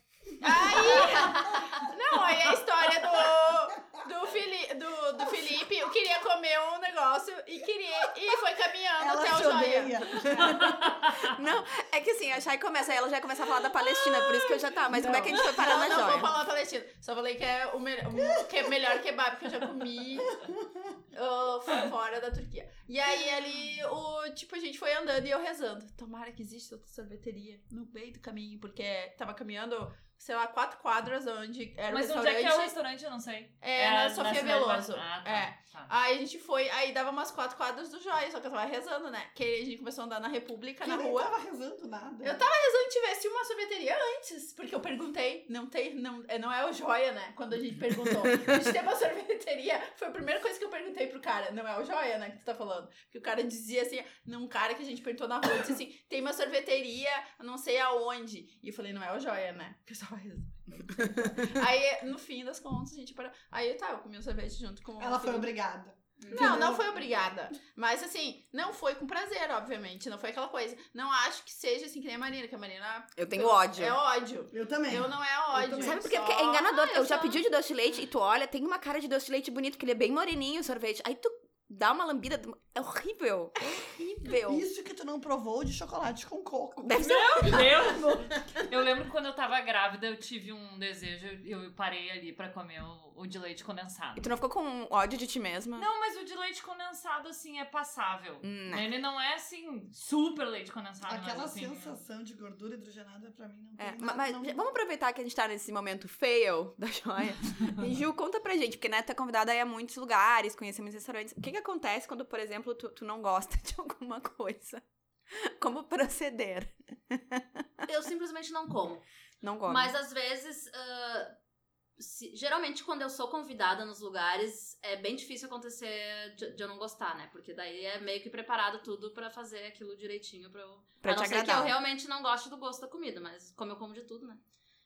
S4: Aí! Não, aí a história do, do, Fili, do, do Felipe eu queria comer um negócio e queria. E foi caminhando
S3: Ela
S4: até é o
S3: se
S4: joia.
S3: odeia.
S1: Não, é que assim, a Chay começa, aí ela já começa a falar da Palestina, por isso que eu já tava. Mas como é que a gente foi parar
S4: Não,
S1: na
S4: não vou
S1: joia?
S4: falar palestino. Só falei que é o, me o que melhor kebab que eu já comi ah, foi fora da Turquia. E aí ali, o, tipo, a gente foi andando e eu rezando. Tomara que exista outra sorveteria no meio do caminho, porque tava caminhando, sei lá, quatro quadras onde era
S2: Mas
S4: o
S2: onde
S4: restaurante.
S2: é que é o restaurante? Eu não sei.
S4: É, na Sofia
S2: cidade de Bar-
S4: Veloso.
S2: Ah, tá.
S4: É.
S2: tá.
S4: Aí a gente foi, aí dava umas quatro quadras do Joia, só que eu tava rezando, né? Que aí a gente começou a andar na República,
S3: Que
S4: na
S3: nem
S4: rua.
S3: tava rezando nada.
S4: Eu tava rezando que tivesse uma sorveteria antes, porque eu perguntei, não tem, não, é, não é o Joia, né? Quando a gente perguntou, a gente tem uma sorveteria, foi a primeira coisa que eu perguntei pro cara, não é o Joia, né, que tu tá falando. Que o cara dizia assim, não, um cara que a gente perguntou na rua, disse assim, tem uma sorveteria, não sei aonde. E eu falei, não é o Joia, né? Porque eu tava rezando. Aí, no fim das contas, a gente parou. Aí tá, eu comi um sorvete junto com o
S3: Ela foi
S4: Felipe.
S3: obrigada. né?
S4: Não, não foi obrigada. Mas assim, não foi com prazer, obviamente. Não foi aquela coisa. Não acho que seja assim que nem a Marina, que a Marina
S1: Eu tenho ódio.
S4: é ódio.
S3: Eu também.
S4: Eu não é ódio.
S3: também.
S1: Sabe por quê?
S4: só-
S1: Porque é enganador.
S5: Ah, eu
S1: eu já
S5: só-
S1: pedi o de doce de leite e tu olha, tem uma cara de doce de leite bonito, que ele é bem moreninho o sorvete. Aí tu dá uma lambida. É horrível. É horrível.
S3: Isso que tu não provou de chocolate com coco.
S1: Deve ser.
S2: Meu Deus! Eu lembro que quando eu tava grávida, eu tive um desejo, eu eu parei ali pra comer o, o de leite condensado.
S1: E tu não ficou com ódio de ti mesma?
S2: Não, mas o de leite condensado, assim, é passável.
S5: Hum,
S1: Não.
S2: Ele não é, assim, super leite condensado. mas,
S3: Aquela
S2: assim,
S3: sensação de gordura hidrogenada pra mim não tem
S1: É,
S3: nada.
S1: ma- mas
S3: não...
S1: já- vamos aproveitar que a gente tá nesse momento fail da joia. E, Gil, conta pra gente, porque né, tu é convidada aí a muitos lugares, conhecer muitos restaurantes. O que que acontece quando, por exemplo, tu, tu não gosta de alguma coisa? Como proceder?
S5: Eu simplesmente não como.
S1: Não gosto.
S5: Mas às vezes, ah, se- geralmente quando eu sou convidada nos lugares, é bem difícil acontecer de, de eu não gostar, né? Porque daí é meio que preparado tudo pra fazer aquilo direitinho pra eu.
S1: Pra
S5: a não
S1: te
S5: ser que eu
S1: agradar.
S5: realmente não gosto do gosto da comida, mas como eu como de tudo, né?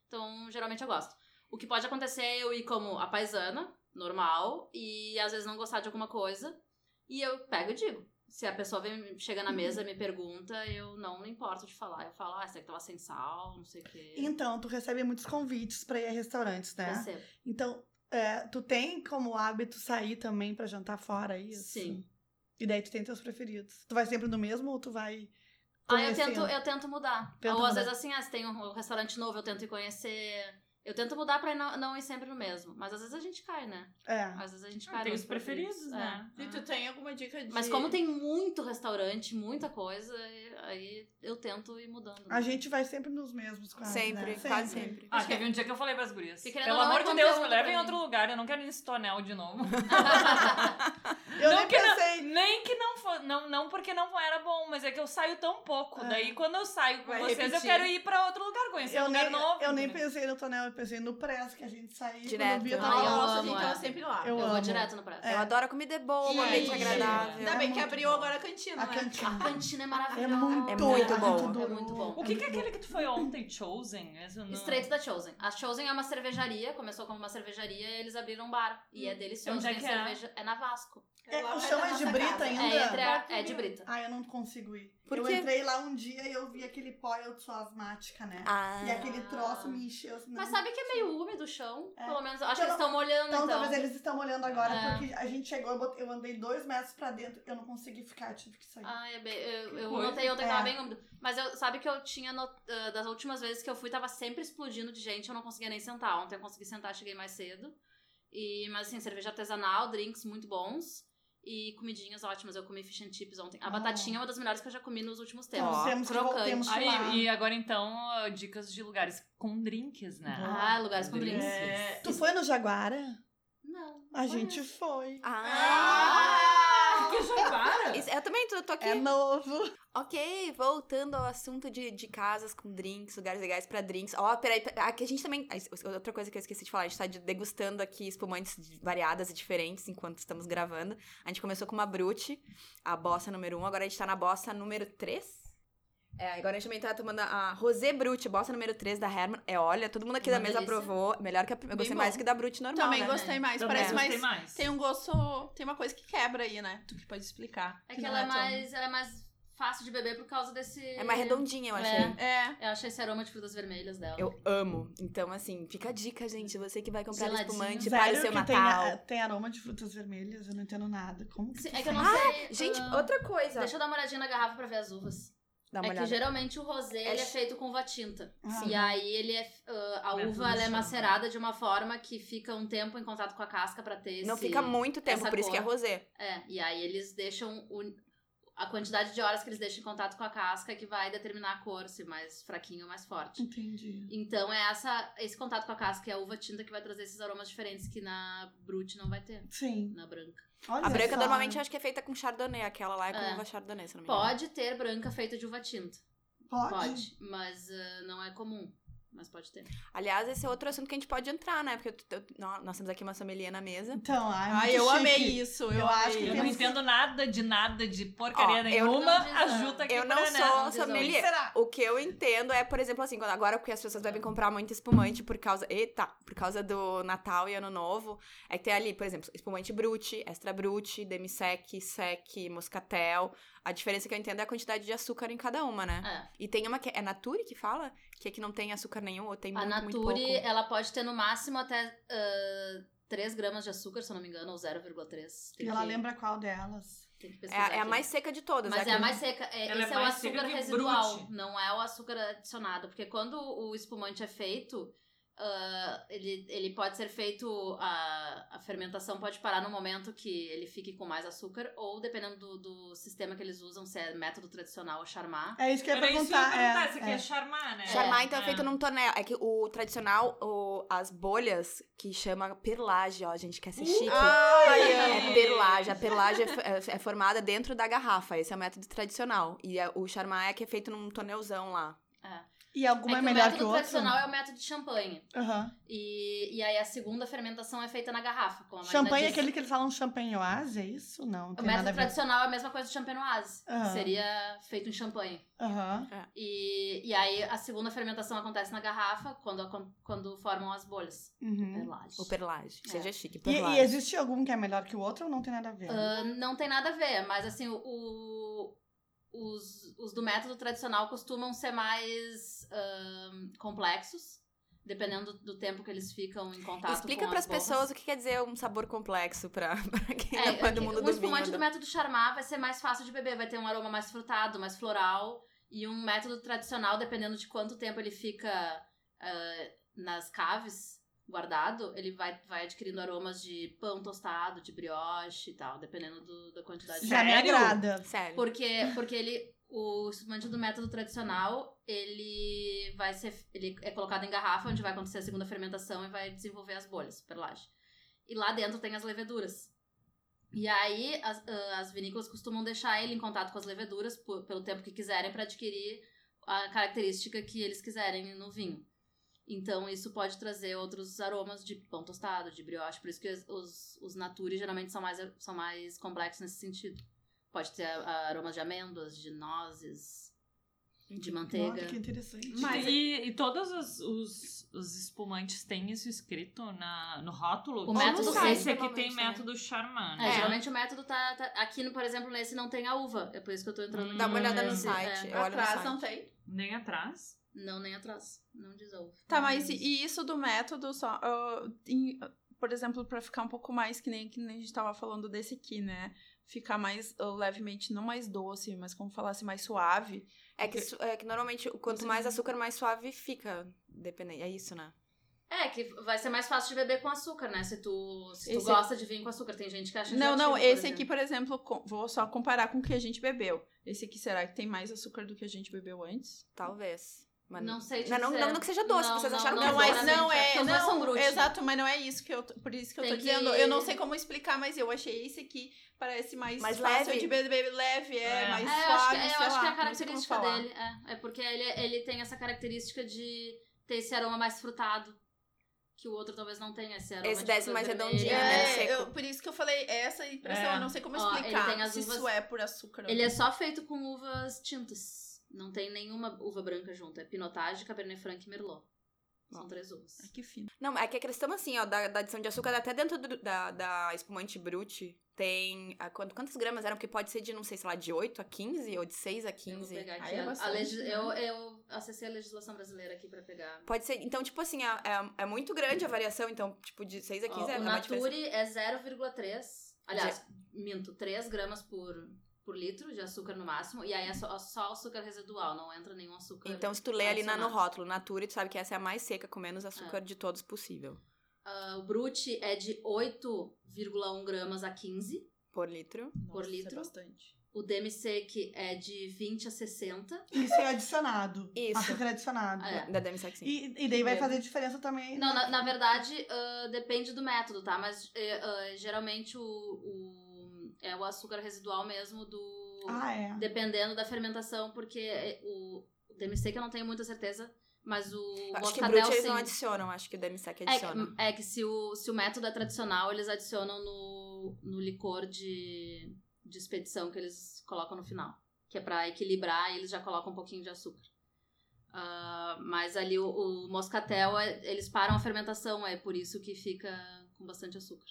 S5: Então, geralmente eu gosto. O que pode acontecer é eu ir como a paisana, normal, e às vezes não gostar de alguma coisa, e eu pego e digo. Se a pessoa vem, chega na mesa e me pergunta, eu não me importo de falar. Eu falo, ah, essa aqui tava sem sal, não sei o quê.
S3: Então, tu recebe muitos convites pra ir a restaurantes, né?
S5: Recebo.
S3: Então, é, tu tem como hábito sair também pra jantar fora é isso?
S5: Sim.
S3: E daí tu tem teus preferidos. Tu vai sempre no mesmo ou tu vai.
S5: Ah, eu
S3: conhecendo?
S5: tento, eu tento mudar.
S3: Tenta
S5: Ou às
S3: mudar.
S5: vezes assim, ah, se tem um restaurante novo, eu tento ir conhecer. Eu tento mudar pra não, não ir sempre no mesmo. Mas às vezes a gente cai, né?
S3: É.
S5: Às vezes a gente
S2: Ah,
S5: cai.
S2: tem
S5: nos
S2: os preferidos, né?
S5: é.
S4: E tu tem alguma dica de. Ah,
S5: Mas como tem muito restaurante, muita coisa, aí eu tento ir mudando. né?
S3: A gente vai sempre nos mesmos, quase.
S1: sempre,
S3: né?
S1: quase sempre.
S2: Ah, teve um dia que eu falei pras gurias.
S5: Porque querendo
S2: Pelo
S5: ou não, é
S2: amor de Deus, me
S5: conteúdo
S2: levem em
S5: também.
S2: outro lugar. Eu não quero ir em Stonel de novo.
S3: Eu
S2: Não
S3: nem
S2: que não-
S3: pensei.
S2: Nem que não fosse. Não, não porque não era bom, mas é que eu saio tão pouco.
S3: É.
S2: Daí quando eu saio com
S4: Vai
S2: vocês, eu
S4: repetir.
S2: quero ir pra outro lugar, conhecer
S3: Eu
S2: um lugar
S3: nem,
S2: novo.
S3: eu nem
S2: entendeu?
S3: pensei no tonel, eu pensei no press que a gente saiu.
S1: Direto.
S3: Quando eu vi, eu
S5: Ah,
S3: tava
S5: eu
S3: lá.
S4: nossa,
S5: amo,
S4: gente
S5: é.
S4: tava sempre
S3: Eu
S4: lá.
S5: Eu vou
S3: amo.
S5: direto no prato.
S1: Eu adoro a comida boa, um ambiente
S4: Gente,
S1: agradável.
S4: Ainda bem
S3: É
S4: que
S3: muito
S4: abriu
S3: bom.
S4: agora a cantina.
S3: A
S4: né?
S5: A
S3: cantina.
S5: cantina é
S3: É
S5: maravilhosa.
S3: muito,
S1: É muito
S3: a
S1: bom.
S3: gente adorou.
S5: É muito bom.
S2: O que, que é aquele que tu foi ontem, Chosen? Esse não-
S5: Estreito da Chosen. A Chosen é uma cervejaria, começou como uma cervejaria e eles abriram um bar. E é delicioso.
S2: Onde é
S5: tem
S2: que é?
S5: cerveja- é na Vasco.
S3: É,
S4: lá
S3: o
S4: perto
S3: chão
S4: da
S3: é de
S4: nossa
S3: brita
S4: casa. um
S3: ainda?
S5: É, entre a- é de brita.
S3: Ah, eu não consigo ir.
S1: Por
S3: eu
S1: quê?
S3: entrei lá um dia e eu vi aquele pó, eu sou asmática, né?
S1: Ah,
S3: E aquele troço me encheu. assim,
S5: Mas
S3: não-
S5: sabe que é meio úmido o chão?
S3: É.
S5: Pelo menos, acho
S3: Então,
S5: que eles estão molhando,
S3: Então,
S5: então.
S3: talvez eles estão olhando agora,
S5: É.
S3: porque a gente chegou, eu, botei- eu andei dois metros pra dentro, eu não consegui ficar, eu tive que sair.
S5: Ah, é bem, eu,
S2: Que
S5: eu
S2: coisa.
S5: notei ontem
S3: É.
S5: que tava bem úmido. Mas eu, sabe que eu tinha, not- ah, das últimas vezes que eu fui, tava sempre explodindo de gente, eu não conseguia nem sentar. Ontem eu consegui sentar, cheguei mais cedo. E, mas assim, cerveja artesanal, drinks muito bons e comidinhas ótimas. Eu comi fish and chips ontem. A
S3: Ah.
S5: batatinha é uma das melhores que eu já comi nos últimos
S3: Então,
S5: tempos.
S3: temos que
S5: crocante.
S3: vol- temos que lá.
S2: Aí, e agora então, ah, dicas de lugares com drinks, né?
S5: Ah, lugares com drinks.
S2: É,
S3: Tu foi no Jaguara?
S5: Não.
S3: A gente foi.
S1: Ah!
S2: que
S5: Ah.
S2: jaguara?
S1: Isso- eu também tô, tô aqui.
S3: É novo.
S1: Ok, voltando ao assunto de, de casas com drinks, lugares legais pra drinks. Ó, peraí, peraí, aqui a gente também. ah, isso- Outra coisa que eu esqueci de falar, a gente tá de- degustando aqui espumantes de- variadas e diferentes enquanto estamos gravando. A gente começou com uma Brute, a bossa número 1, um, agora a gente tá na bossa número 3. É, agora a gente também tá tomando a Rosé Brute, bossa número 3 da Herman. É, olha, todo mundo aqui
S5: Uma
S1: da mesa
S5: delícia.
S1: aprovou. Melhor que a, eu gostei
S4: bom.
S1: mais que da Brute normal.
S4: Também
S1: né?
S4: gostei mais.
S2: Também
S4: Parece
S2: gostei
S4: mais. Tem um gosto. Tem uma coisa que quebra aí, né? Tu que pode explicar.
S5: É que
S4: não
S5: ela é
S4: tão-
S5: mais, ela é mais fácil de beber por causa desse...
S1: É mais redondinha, eu
S5: É.
S1: achei.
S4: É.
S5: Eu achei esse aroma de frutas vermelhas dela.
S1: Eu amo. Então, assim, fica a dica, gente. Você que vai comprar
S5: Geladinho.
S1: espumante para
S3: Sério
S1: o seu
S3: que
S1: Natal.
S3: Tem, a- tem aroma de frutas vermelhas, eu não entendo nada. Como que
S5: Se-
S3: tu
S5: É que eu não
S3: faz?
S5: sei.
S1: Gente,
S5: ah,
S1: outra coisa.
S5: Deixa eu dar uma olhadinha na garrafa pra ver as uvas.
S1: Dá
S5: é
S1: uma olhada.
S5: que geralmente o rosé
S1: É
S5: ele é
S1: ch-
S5: feito com uva tinta.
S3: Ah.
S5: E aí ele é. ah, a
S2: Método
S5: uva ela é
S2: chá.
S5: macerada de uma forma que fica um tempo em contato com a casca pra ter
S1: Não
S5: esse-
S1: fica muito tempo,
S5: essa
S1: por isso que é
S5: cor.
S1: rosé.
S5: É, e aí eles deixam. o- A quantidade de horas que eles deixam em contato com a casca que vai determinar a cor, se mais fraquinho ou mais forte.
S3: Entendi.
S5: Então é essa, esse contato com a casca e a uva tinta que vai trazer esses aromas diferentes que na Brute não vai ter,
S3: Sim.
S5: na branca.
S3: Olha
S1: A branca
S3: só.
S1: normalmente eu acho que é feita com chardonnay, aquela lá é com
S5: É.
S1: uva chardonnay, se não me engano.
S5: Pode ter branca feita de uva tinta.
S3: Pode?
S5: Pode, mas ah, não é comum. Mas pode ter.
S1: Aliás, esse é outro assunto que a gente pode entrar, né? Porque eu tô- eu- nó- nós temos aqui uma sommelier na mesa.
S3: Então, ai,
S4: Ai,
S3: muito
S4: eu
S3: chique.
S4: amei isso. Eu,
S3: Eu acho
S4: amei.
S3: que
S2: Eu não
S3: Temos-
S2: entendo nada de nada, de porcaria
S1: Ó, eu
S2: nenhuma.
S5: não diz nada.
S2: Ajuda aqui
S1: Eu não
S2: pra, né?
S1: sou
S5: não diz
S1: sommelier. O que eu entendo é, por exemplo, assim, quando agora porque as pessoas devem comprar muito espumante por causa. Eita, por causa do Natal e Ano Novo. É que tem ali, por exemplo, espumante brute, extra brute, demi-sec, sec, moscatel. A diferença que eu entendo é a quantidade de açúcar em cada uma, né?
S5: É.
S1: E tem uma que é Nature que fala? Que é que não tem açúcar nenhum, ou tem
S5: A
S1: muito, muito pouco.
S5: Nature, ela pode ter no máximo até ah, 3 gramas de açúcar, se eu não me engano, ou 0,3.
S3: E
S5: Tem
S3: ela
S5: que-
S3: lembra qual delas?
S5: Tem que
S1: É,
S5: pesquisar.
S1: a- é a
S5: aqui.
S1: mais seca de todas.
S5: Mas
S1: que-
S5: é a mais seca. É,
S2: Ela é
S5: esse é, o
S2: mais seca
S5: açúcar
S2: que
S5: residual,
S2: brute.
S5: não é o açúcar adicionado. Porque quando o espumante é feito, ah, ele, ele pode ser feito. A, a fermentação pode parar no momento que ele fique com mais açúcar, ou dependendo do, do sistema que eles usam, se é método tradicional ou charmar.
S3: É isso que eu ia
S2: Era isso que eu ia
S3: perguntar.
S5: tá
S2: perguntar,
S3: é,
S2: isso aqui é, charmar, né?
S1: Chamar, então, é,
S2: É.
S1: feito num tonel. É que o tradicional, o- as bolhas, que chama perlage, ó, gente, quer
S5: Uh,
S1: ser chique. É perlage. A perlage é, f- é- é formada dentro da garrafa. Esse é o método tradicional. E é- o charmar é que é feito num tonelzão lá.
S3: E alguma é,
S5: é que o
S3: melhor
S5: método
S3: que outra?
S5: tradicional é o método de champanhe.
S3: Aham.
S5: E, e aí a segunda fermentação é feita na garrafa, como a Marina
S3: Champanhe é
S5: disse.
S3: aquele que eles falam champanhe oase, é isso? Não, não
S5: O
S3: tem nada a
S5: método
S3: ver.
S5: tradicional é a mesma coisa do champanhe oase.
S3: Aham.
S5: Seria feito em champanhe.
S3: Aham.
S5: E, e aí a segunda fermentação acontece na garrafa, quando, acon- quando formam as bolhas. É
S3: Uhum.
S5: Pelagem.
S1: O perlage.
S5: É.
S1: Seja chique,
S3: E,
S1: perlage.
S3: e existe algum que é melhor que o outro ou não tem nada a ver?
S5: Ah, não tem nada a ver, mas assim, o- o- os, os do método tradicional costumam ser mais ahn, complexos, dependendo do tempo que eles ficam em um contato
S1: Explica
S5: com
S1: para
S5: as
S1: as
S5: borras.
S1: pessoas o que quer dizer um sabor complexo pra, pra quem
S5: É,
S1: não é do
S5: o-
S1: mundo
S5: o
S1: do vinho.
S5: espumante
S1: né?
S5: do método Charmat vai ser mais fácil de beber, vai ter um aroma mais frutado, mais floral. E um método tradicional, dependendo de quanto tempo ele fica ah, nas caves guardado, ele vai, vai adquirindo aromas de pão tostado, de brioche e tal, dependendo do- da quantidade de
S3: Já me
S2: Sério?
S3: agrada.
S1: Sério.
S5: porque, porque ele. O espumante do método tradicional, ele vai ser. Ele é colocado em garrafa, onde vai acontecer a segunda fermentação e vai desenvolver as bolhas, perlage. E lá dentro tem as leveduras. E aí as, ah, as vinícolas costumam deixar ele em contato com as leveduras por- pelo tempo que quiserem para adquirir a característica que eles quiserem no vinho. Então isso pode trazer outros aromas de pão tostado, de brioche, por isso que os- os, os natures geralmente são mais, são mais complexos nesse sentido. Pode ter a- aromas de amêndoas, de nozes, de
S3: Nossa,
S5: manteiga.
S3: que interessante.
S2: Mas e, e todos os, os, os espumantes têm isso escrito na, no rótulo?
S5: O
S2: Tipo,
S5: método
S2: Esse
S5: seis,
S2: aqui tem
S1: normalmente, né?
S2: método Charman.
S5: É,
S1: É.
S5: Geralmente o método tá, tá- Aqui, por exemplo, nesse não tem a uva. É por isso que eu tô entrando
S1: Dá uma olhada no
S5: nesse-
S1: site.
S5: é.
S1: Eu olho no
S4: Atrás
S1: um site.
S4: não tem.
S2: Nem atrás.
S5: Não, nem atrás. Não diz a uva.
S4: Tá, mas e- e isso do método só. ah, em- por exemplo, pra ficar um pouco mais que nem, que nem a gente tava falando desse aqui, né? Ficar mais ah, levemente, não mais doce, mas como falasse, mais suave.
S1: É que, su- é que normalmente, quanto mais açúcar, mais suave fica. Dependendo. É isso, né?
S5: É, que vai ser mais fácil de beber com açúcar, né? Se tu, se tu
S4: Esse-
S5: gosta de vinho com açúcar. Tem gente que acha
S4: não, não,
S5: enjoativo, por
S4: esse
S5: exemplo.
S4: aqui, por exemplo, com- vou só comparar com o que a gente bebeu. Esse aqui, será que tem mais açúcar do que a gente bebeu antes?
S1: Talvez. Mas
S5: Não sei te
S1: Não, não,
S5: dizer.
S1: não que seja doce,
S5: Não,
S1: vocês
S5: não,
S1: acharam
S5: não,
S1: que
S4: Não,
S1: era
S4: mas
S1: doce.
S5: claramente.
S4: não é.
S5: Porque os dois são
S4: Não,
S5: bruxos.
S4: exato, mas não é isso que eu. tô- Por isso que eu
S5: Tem
S4: tô
S5: que-
S4: dizendo. Eu não sei como explicar, mas eu achei esse aqui parece mais,
S1: Mais
S4: fácil
S1: leve.
S4: de beber leve, é,
S2: É.
S5: É,
S4: mais
S5: eu acho
S4: suave.
S5: que, é, eu
S4: sei
S5: acho
S4: lá,
S5: que é a
S4: não sei como
S5: característica
S4: falar.
S5: dele. É, é porque ele, ele tem essa característica de ter esse aroma mais frutado. Que o outro talvez não tenha esse aroma.
S1: Esse
S5: de
S1: desce
S5: frutas
S1: mais
S5: vermelhas.
S1: redondinho, né?
S5: É,
S1: Menos seco.
S4: eu- por isso que eu falei essa impressão,
S2: É.
S4: eu não sei como
S5: Ó, ele
S4: explicar
S5: tem as
S4: se
S5: uvas-
S4: isso é por açúcar. ou
S5: Ele
S4: não.
S5: é só feito com uvas tintas. Não tem nenhuma uva branca junto. É Pinotage, Cabernet Franc e Merlot. São
S1: Ó.
S5: três uvas.
S4: Ai, que fino.
S1: Não, é que a questão, assim, ó, da, da adição de açúcar, até dentro do- da, da espumante brute, tem. A, quanto, quantas gramas eram? Porque pode ser de, não sei, sei lá, de 8 a 15 ou de 6 a
S5: Eu vou
S1: 15.
S5: pegar aqui.
S4: Aí é
S5: a- a
S4: bastante,
S5: legis-
S4: né?
S5: eu, eu acessei a legislação brasileira aqui pra pegar.
S1: Pode ser. Então, tipo assim, é, é- é muito grande a variação. Então, tipo, de 6 a 15
S5: Ó,
S1: é
S5: o
S1: uma diferença.
S5: Nature é 0,3. Aliás, minto, 3 gramas por, por litro de açúcar no máximo. E aí é só, só açúcar residual, não entra nenhum açúcar.
S1: Então, se tu lê ali na, no
S5: adicionado.
S1: rótulo, Nature, tu sabe que essa é a mais seca, com menos
S5: É.
S1: açúcar de todos possível.
S5: Ah, o Brut é de 8,1 gramas a 15
S1: Por litro.
S5: por
S3: é
S5: litro.
S4: bastante.
S5: O DMC que é de 20 a 60.
S3: Isso é adicionado.
S1: Isso.
S3: Açúcar é adicionado.
S5: Ah, é.
S1: Da Demi Sexy.
S3: E, e daí vai fazer diferença também.
S5: Não, na, na verdade, ah, depende do método, tá? Mas eh, ah, geralmente o, o- é o açúcar residual mesmo do.
S3: Ah, é.
S5: Dependendo da fermentação, porque eh, o, o DMC que eu não tenho muita certeza, mas o
S1: Acho que
S5: Moscatel,
S1: Brute eles
S5: sim.
S1: não adicionam, acho que Demi Sec
S5: É
S1: adiciona.
S5: que, é que se o, se o método é tradicional, eles adicionam no, no licor de, de expedição que eles colocam no final. Que é pra equilibrar e eles já colocam um pouquinho de açúcar. Ah, mas ali o, o moscatel, é- eles param a fermentação, é por isso que fica com bastante açúcar.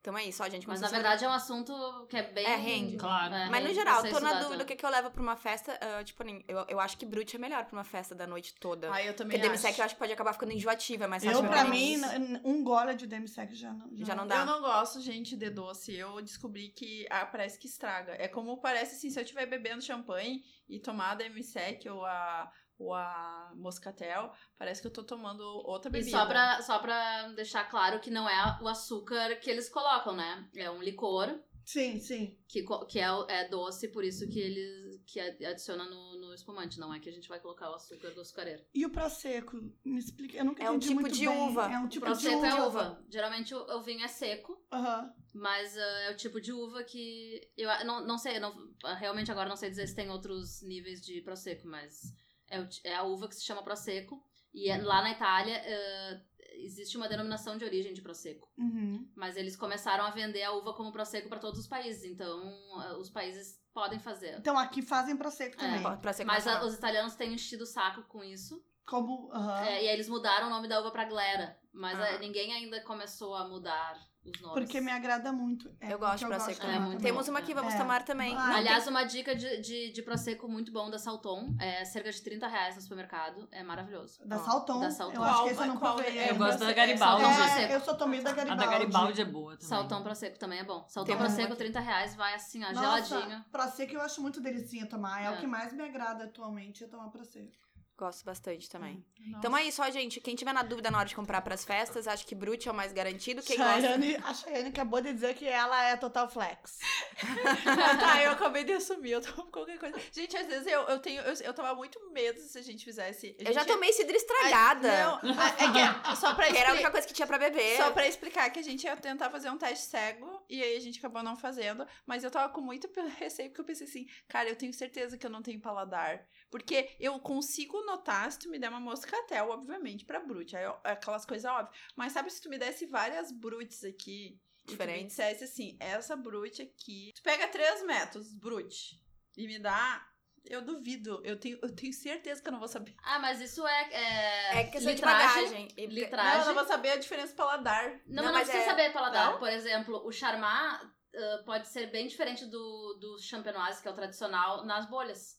S1: Então é isso, ó, gente.
S5: Mas na
S1: vocês
S5: verdade é um assunto que é bem.
S1: É, rende.
S2: Claro.
S5: é,
S1: Mas no
S5: rende
S1: geral,
S5: pra ser
S1: tô na
S5: estudado,
S1: dúvida o
S5: né?
S1: que, que eu levo pra uma festa. ah, tipo, nem- eu, eu acho que brute é melhor pra uma festa da noite toda.
S4: Ah, eu também
S1: Porque demi
S4: acho.
S1: sec eu acho que pode acabar ficando enjoativa, é mas
S3: Eu,
S1: acho
S3: pra
S1: que-
S3: mim, n- um gole de demisec já não,
S1: Já não
S4: Eu
S1: dá.
S4: não gosto, gente, de doce. Eu descobri que ah, parece que estraga. É como parece assim, se eu estiver bebendo champanhe e tomar a demi-sec ou a, ou a moscatel, parece que eu tô tomando outra
S5: E
S4: bebida.
S5: só pra, só pra deixar claro que não é o açúcar que eles colocam, né? É um licor
S3: Sim, sim.
S5: que, co- que é, o- é doce, por isso que eles que a- adiciona no, no espumante, não é que a gente vai colocar o açúcar do açucareiro.
S3: E o prosecco? Me explica. Eu nunca
S1: É um
S3: entendi
S1: tipo
S3: muito
S1: de
S3: bem.
S1: uva.
S3: É um
S5: O
S3: tipo de
S5: prosecco
S3: uva.
S5: é uva. Geralmente o, o vinho é seco,
S3: Aham.
S5: mas ah, é o tipo de uva que eu a- não, não sei, eu não- ah, realmente agora não sei dizer se tem outros níveis de prosecco, mas É, o ti- é a uva que se chama Prosecco. E é- lá na Itália eh, existe uma denominação de origem de Prosecco.
S3: Uhum.
S5: Mas eles começaram a vender a uva como Prosecco para todos os países. Então, eh, os países podem fazer.
S3: Então aqui fazem pra seco também.
S1: Pra- Pra ser
S5: Mas a-
S1: nacional.
S5: os italianos têm enchido o saco com isso.
S3: Como. aham.
S5: É, e aí eles mudaram o nome da uva pra Glera. Mas
S1: Ah.
S5: eh, ninguém ainda começou a mudar os nomes.
S3: Porque me agrada muito. É
S1: Eu gosto
S3: que
S1: de Prosecco.
S5: gosto. É muito
S1: Temos
S5: bom,
S1: uma
S5: é.
S1: aqui, vamos
S3: É.
S1: tomar também.
S3: Ah,
S5: Aliás, uma dica de, de, de prosecco muito bom da Salton. É cerca de 30 reais no supermercado. É maravilhoso.
S3: Da
S5: Ó,
S3: Salton.
S5: Da
S3: Eu
S5: Salton.
S3: acho
S4: Qual-
S3: que esse eu não
S4: qual-
S3: provei.
S4: é, Ah,
S2: Eu gosto da
S4: você-
S2: Garibaldi.
S5: Salton
S3: É,
S5: Prosecco.
S3: eu sou tomei da
S2: A
S3: Garibaldi.
S2: da Garibaldi é boa também.
S5: Saltão prosecco também é bom. Saltão
S1: Tem uma
S5: prosecco,
S1: aqui.
S5: 30 reais, vai assim, ó, geladinho.
S3: Nossa, pra seco eu acho muito delicinha tomar. É,
S5: É.
S3: o que mais me agrada atualmente, é tomar pra seco.
S1: Gosto bastante também. Então é isso, ó, gente. Quem tiver na dúvida na hora de comprar pras festas, acho que Brute é o mais garantido. Quem gosta.
S3: Chayane, a Chayane acabou de dizer que ela é total flex.
S4: tá, eu acabei de assumir, eu tomo qualquer coisa. Gente, às vezes eu, eu tenho. Eu, eu tava muito medo se a gente fizesse.
S1: Eu já
S4: gente-
S1: tomei cidra
S4: a-
S1: estragada.
S4: Não,
S3: Ah,
S4: a- é que, só pra
S1: que era a
S4: explicar.
S1: única coisa que tinha pra
S5: É.
S1: beber.
S4: Só pra explicar que a gente ia tentar fazer um teste cego e aí a gente acabou não fazendo, mas eu tava com muito pe- receio porque eu pensei assim, cara, eu tenho certeza que eu não tenho paladar, porque eu consigo notar se tu me der uma moscatel, obviamente, pra brute, aí eu- é aquelas coisas óbvias, mas sabe se tu me desse várias brutes aqui, e tu me
S1: Diferentes.
S4: dissesse assim, essa brute aqui, tu pega três metros, brute, e me dá, eu duvido, eu tenho, eu tenho certeza que eu não vou saber.
S5: Ah, mas isso é. É,
S1: É questão de
S5: litragem.
S1: bagagem. E-
S5: Litragem.
S4: Não, eu não vou saber a diferença do paladar.
S5: Não,
S1: Não,
S5: mas não
S1: mas
S5: precisa
S1: é-
S5: saber paladar.
S4: Não?
S5: Por exemplo, o Charmat ah, pode ser bem diferente do, do champenoise, que é o tradicional, nas bolhas.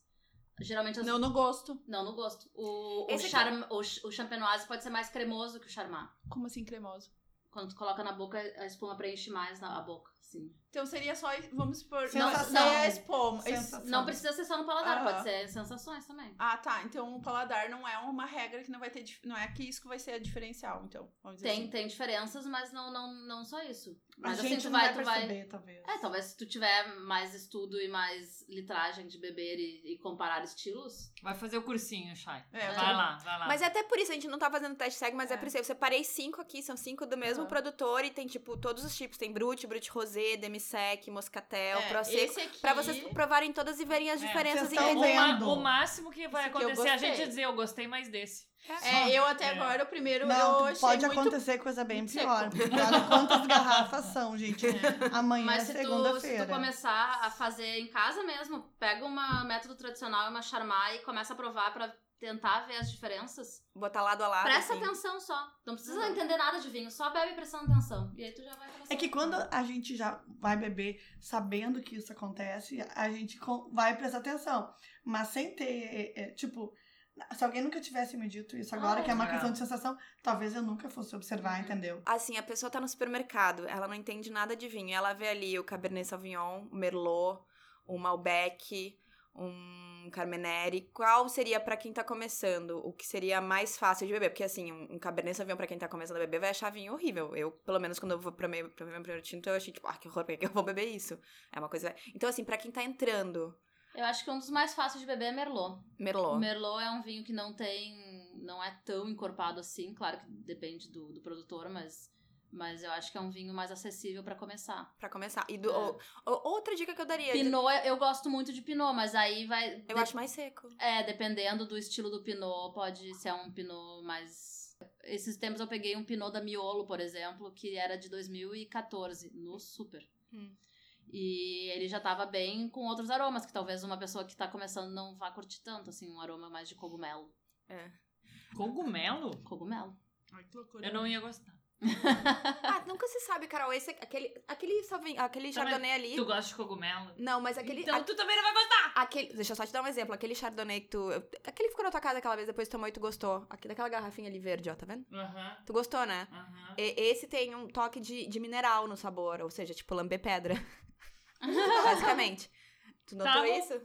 S5: Geralmente as...
S4: Não no gosto.
S5: Não, no gosto. O, o,
S1: Esse aqui-
S5: charm, o, ch- o champenoise pode ser mais cremoso que o charmat.
S4: Como assim cremoso?
S5: Quando tu coloca na boca, a espuma preenche mais na a boca, assim.
S4: Então seria só, vamos supor,
S3: Não,
S4: não,
S5: não.
S4: é a espuma.
S3: Sensação.
S4: Es-
S5: Não precisa ser só no paladar,
S4: Aham.
S5: pode ser sensações também.
S4: Ah, tá. Então o paladar não é uma regra que não vai ter, dif- não é que isso que vai ser a diferencial, então. Vamos dizer
S5: Tem,
S4: assim.
S5: tem diferenças, mas não, não, não só isso. Mas
S3: a
S5: assim,
S3: gente
S5: tu
S3: não
S5: vai,
S3: vai,
S5: tu vai.
S3: perceber, talvez.
S5: É, talvez se tu tiver mais estudo e mais litragem de beber e, e comparar estilos.
S2: Vai fazer o cursinho, Chay.
S4: É,
S2: vai
S4: eu-
S2: lá, vai lá.
S1: Mas é até por isso, a gente não tá fazendo teste cego, mas é,
S4: É.
S1: por isso. Eu separei cinco aqui, são cinco do mesmo
S4: Aham.
S1: produtor e tem, tipo, todos os tipos. Tem Brute, Brute Rosé, Demi-Sec, Moscatel,
S4: É,
S1: Prosecco.
S4: Esse aqui,
S1: Pra vocês provarem todas e verem as
S2: É,
S1: diferenças
S3: vocês
S1: e
S3: estão
S1: entender.
S2: o, ma-
S3: vendo.
S2: o máximo que vai
S4: Esse aqui eu
S2: acontecer é a gente
S4: gostei.
S2: dizer, eu gostei mais desse.
S4: É, eu até
S2: É.
S4: agora, o primeiro eu
S3: Não,
S5: é
S4: achei
S3: pode
S4: muito...
S3: acontecer coisa bem
S4: muito seco.
S3: pior. porque Olha quantas garrafas são, gente. Amanhã
S5: Mas se
S3: é
S5: tu, se tu
S3: segunda-feira.
S5: começar a fazer em casa mesmo, pega uma método tradicional e uma charmar e começa a provar pra tentar ver as diferenças.
S1: Botar lado a
S3: Ah, tá
S1: lado.
S5: Presta
S1: assim.
S5: atenção só. Não precisa entender nada de vinho, só bebe prestando atenção. E aí tu já vai começar.
S3: Uhum. É que quando a gente já vai beber sabendo que isso acontece, a gente co- vai prestar atenção. Mas sem ter, é, é, tipo, se alguém nunca tivesse me dito isso agora,
S5: Ah,
S3: que é uma
S2: é.
S3: questão de sensação, talvez eu nunca fosse
S2: Uhum.
S3: observar, entendeu?
S1: Assim, a pessoa tá no supermercado, ela não entende nada de vinho. Ela vê ali o Cabernet Sauvignon, o Merlot, o Malbec, um Carmenere. Qual seria pra quem tá começando? O que seria mais fácil de beber? Porque, assim, um, um Cabernet Sauvignon pra quem tá começando a beber vai achar vinho horrível. Eu, pelo menos, quando eu vou pra meu, pra meu primeiro tinto, eu achei, tipo, ah, que horror, por que que eu vou beber isso? É uma coisa... Então, assim, pra quem tá entrando,
S5: Eu acho que um dos mais fáceis de beber é Merlot.
S1: Merlot.
S5: Merlot é um vinho que não tem. não é tão encorpado assim, claro que depende do, do produtor, mas, mas eu acho que é um vinho mais acessível pra começar.
S1: Pra começar. E do-
S5: É.
S1: ou- ou- outra dica que eu
S3: é
S1: daria...
S5: Pinot, eu- eu gosto muito de Pinot, mas aí vai.
S1: Eu acho mais seco.
S5: É, dependendo do estilo do Pinot, pode ser um Pinot mais. Esses tempos eu peguei um Pinot da Miolo, por exemplo, que era de 2014, no Super.
S1: Hum.
S5: E ele já tava bem com outros aromas, que talvez uma pessoa que tá começando não vá curtir tanto, assim, um aroma mais de cogumelo.
S2: Cogumelo?
S5: Cogumelo.
S4: Ai, que loucura.
S2: Eu não ia gostar.
S1: Ah, nunca se sabe, Carol. Esse, é aquele, aquele, sauvin- aquele
S2: Tá, mas
S1: chardonnay ali.
S2: Tu gosta de cogumelo?
S1: Não, mas aquele,
S2: Então tu também não vai gostar.
S1: a- aquele. Deixa eu só te dar um exemplo. Aquele chardonnay que tu. Aquele que ficou na tua casa aquela vez, depois tu tomou e tu gostou. Aqui, daquela garrafinha ali verde, ó, tá vendo?
S2: Aham,
S1: Tu gostou, né?
S2: aham.
S1: E- esse tem um toque de, de mineral no sabor, ou seja, tipo lamber pedra. Basicamente. Tu notou
S2: Tá bom.
S1: isso?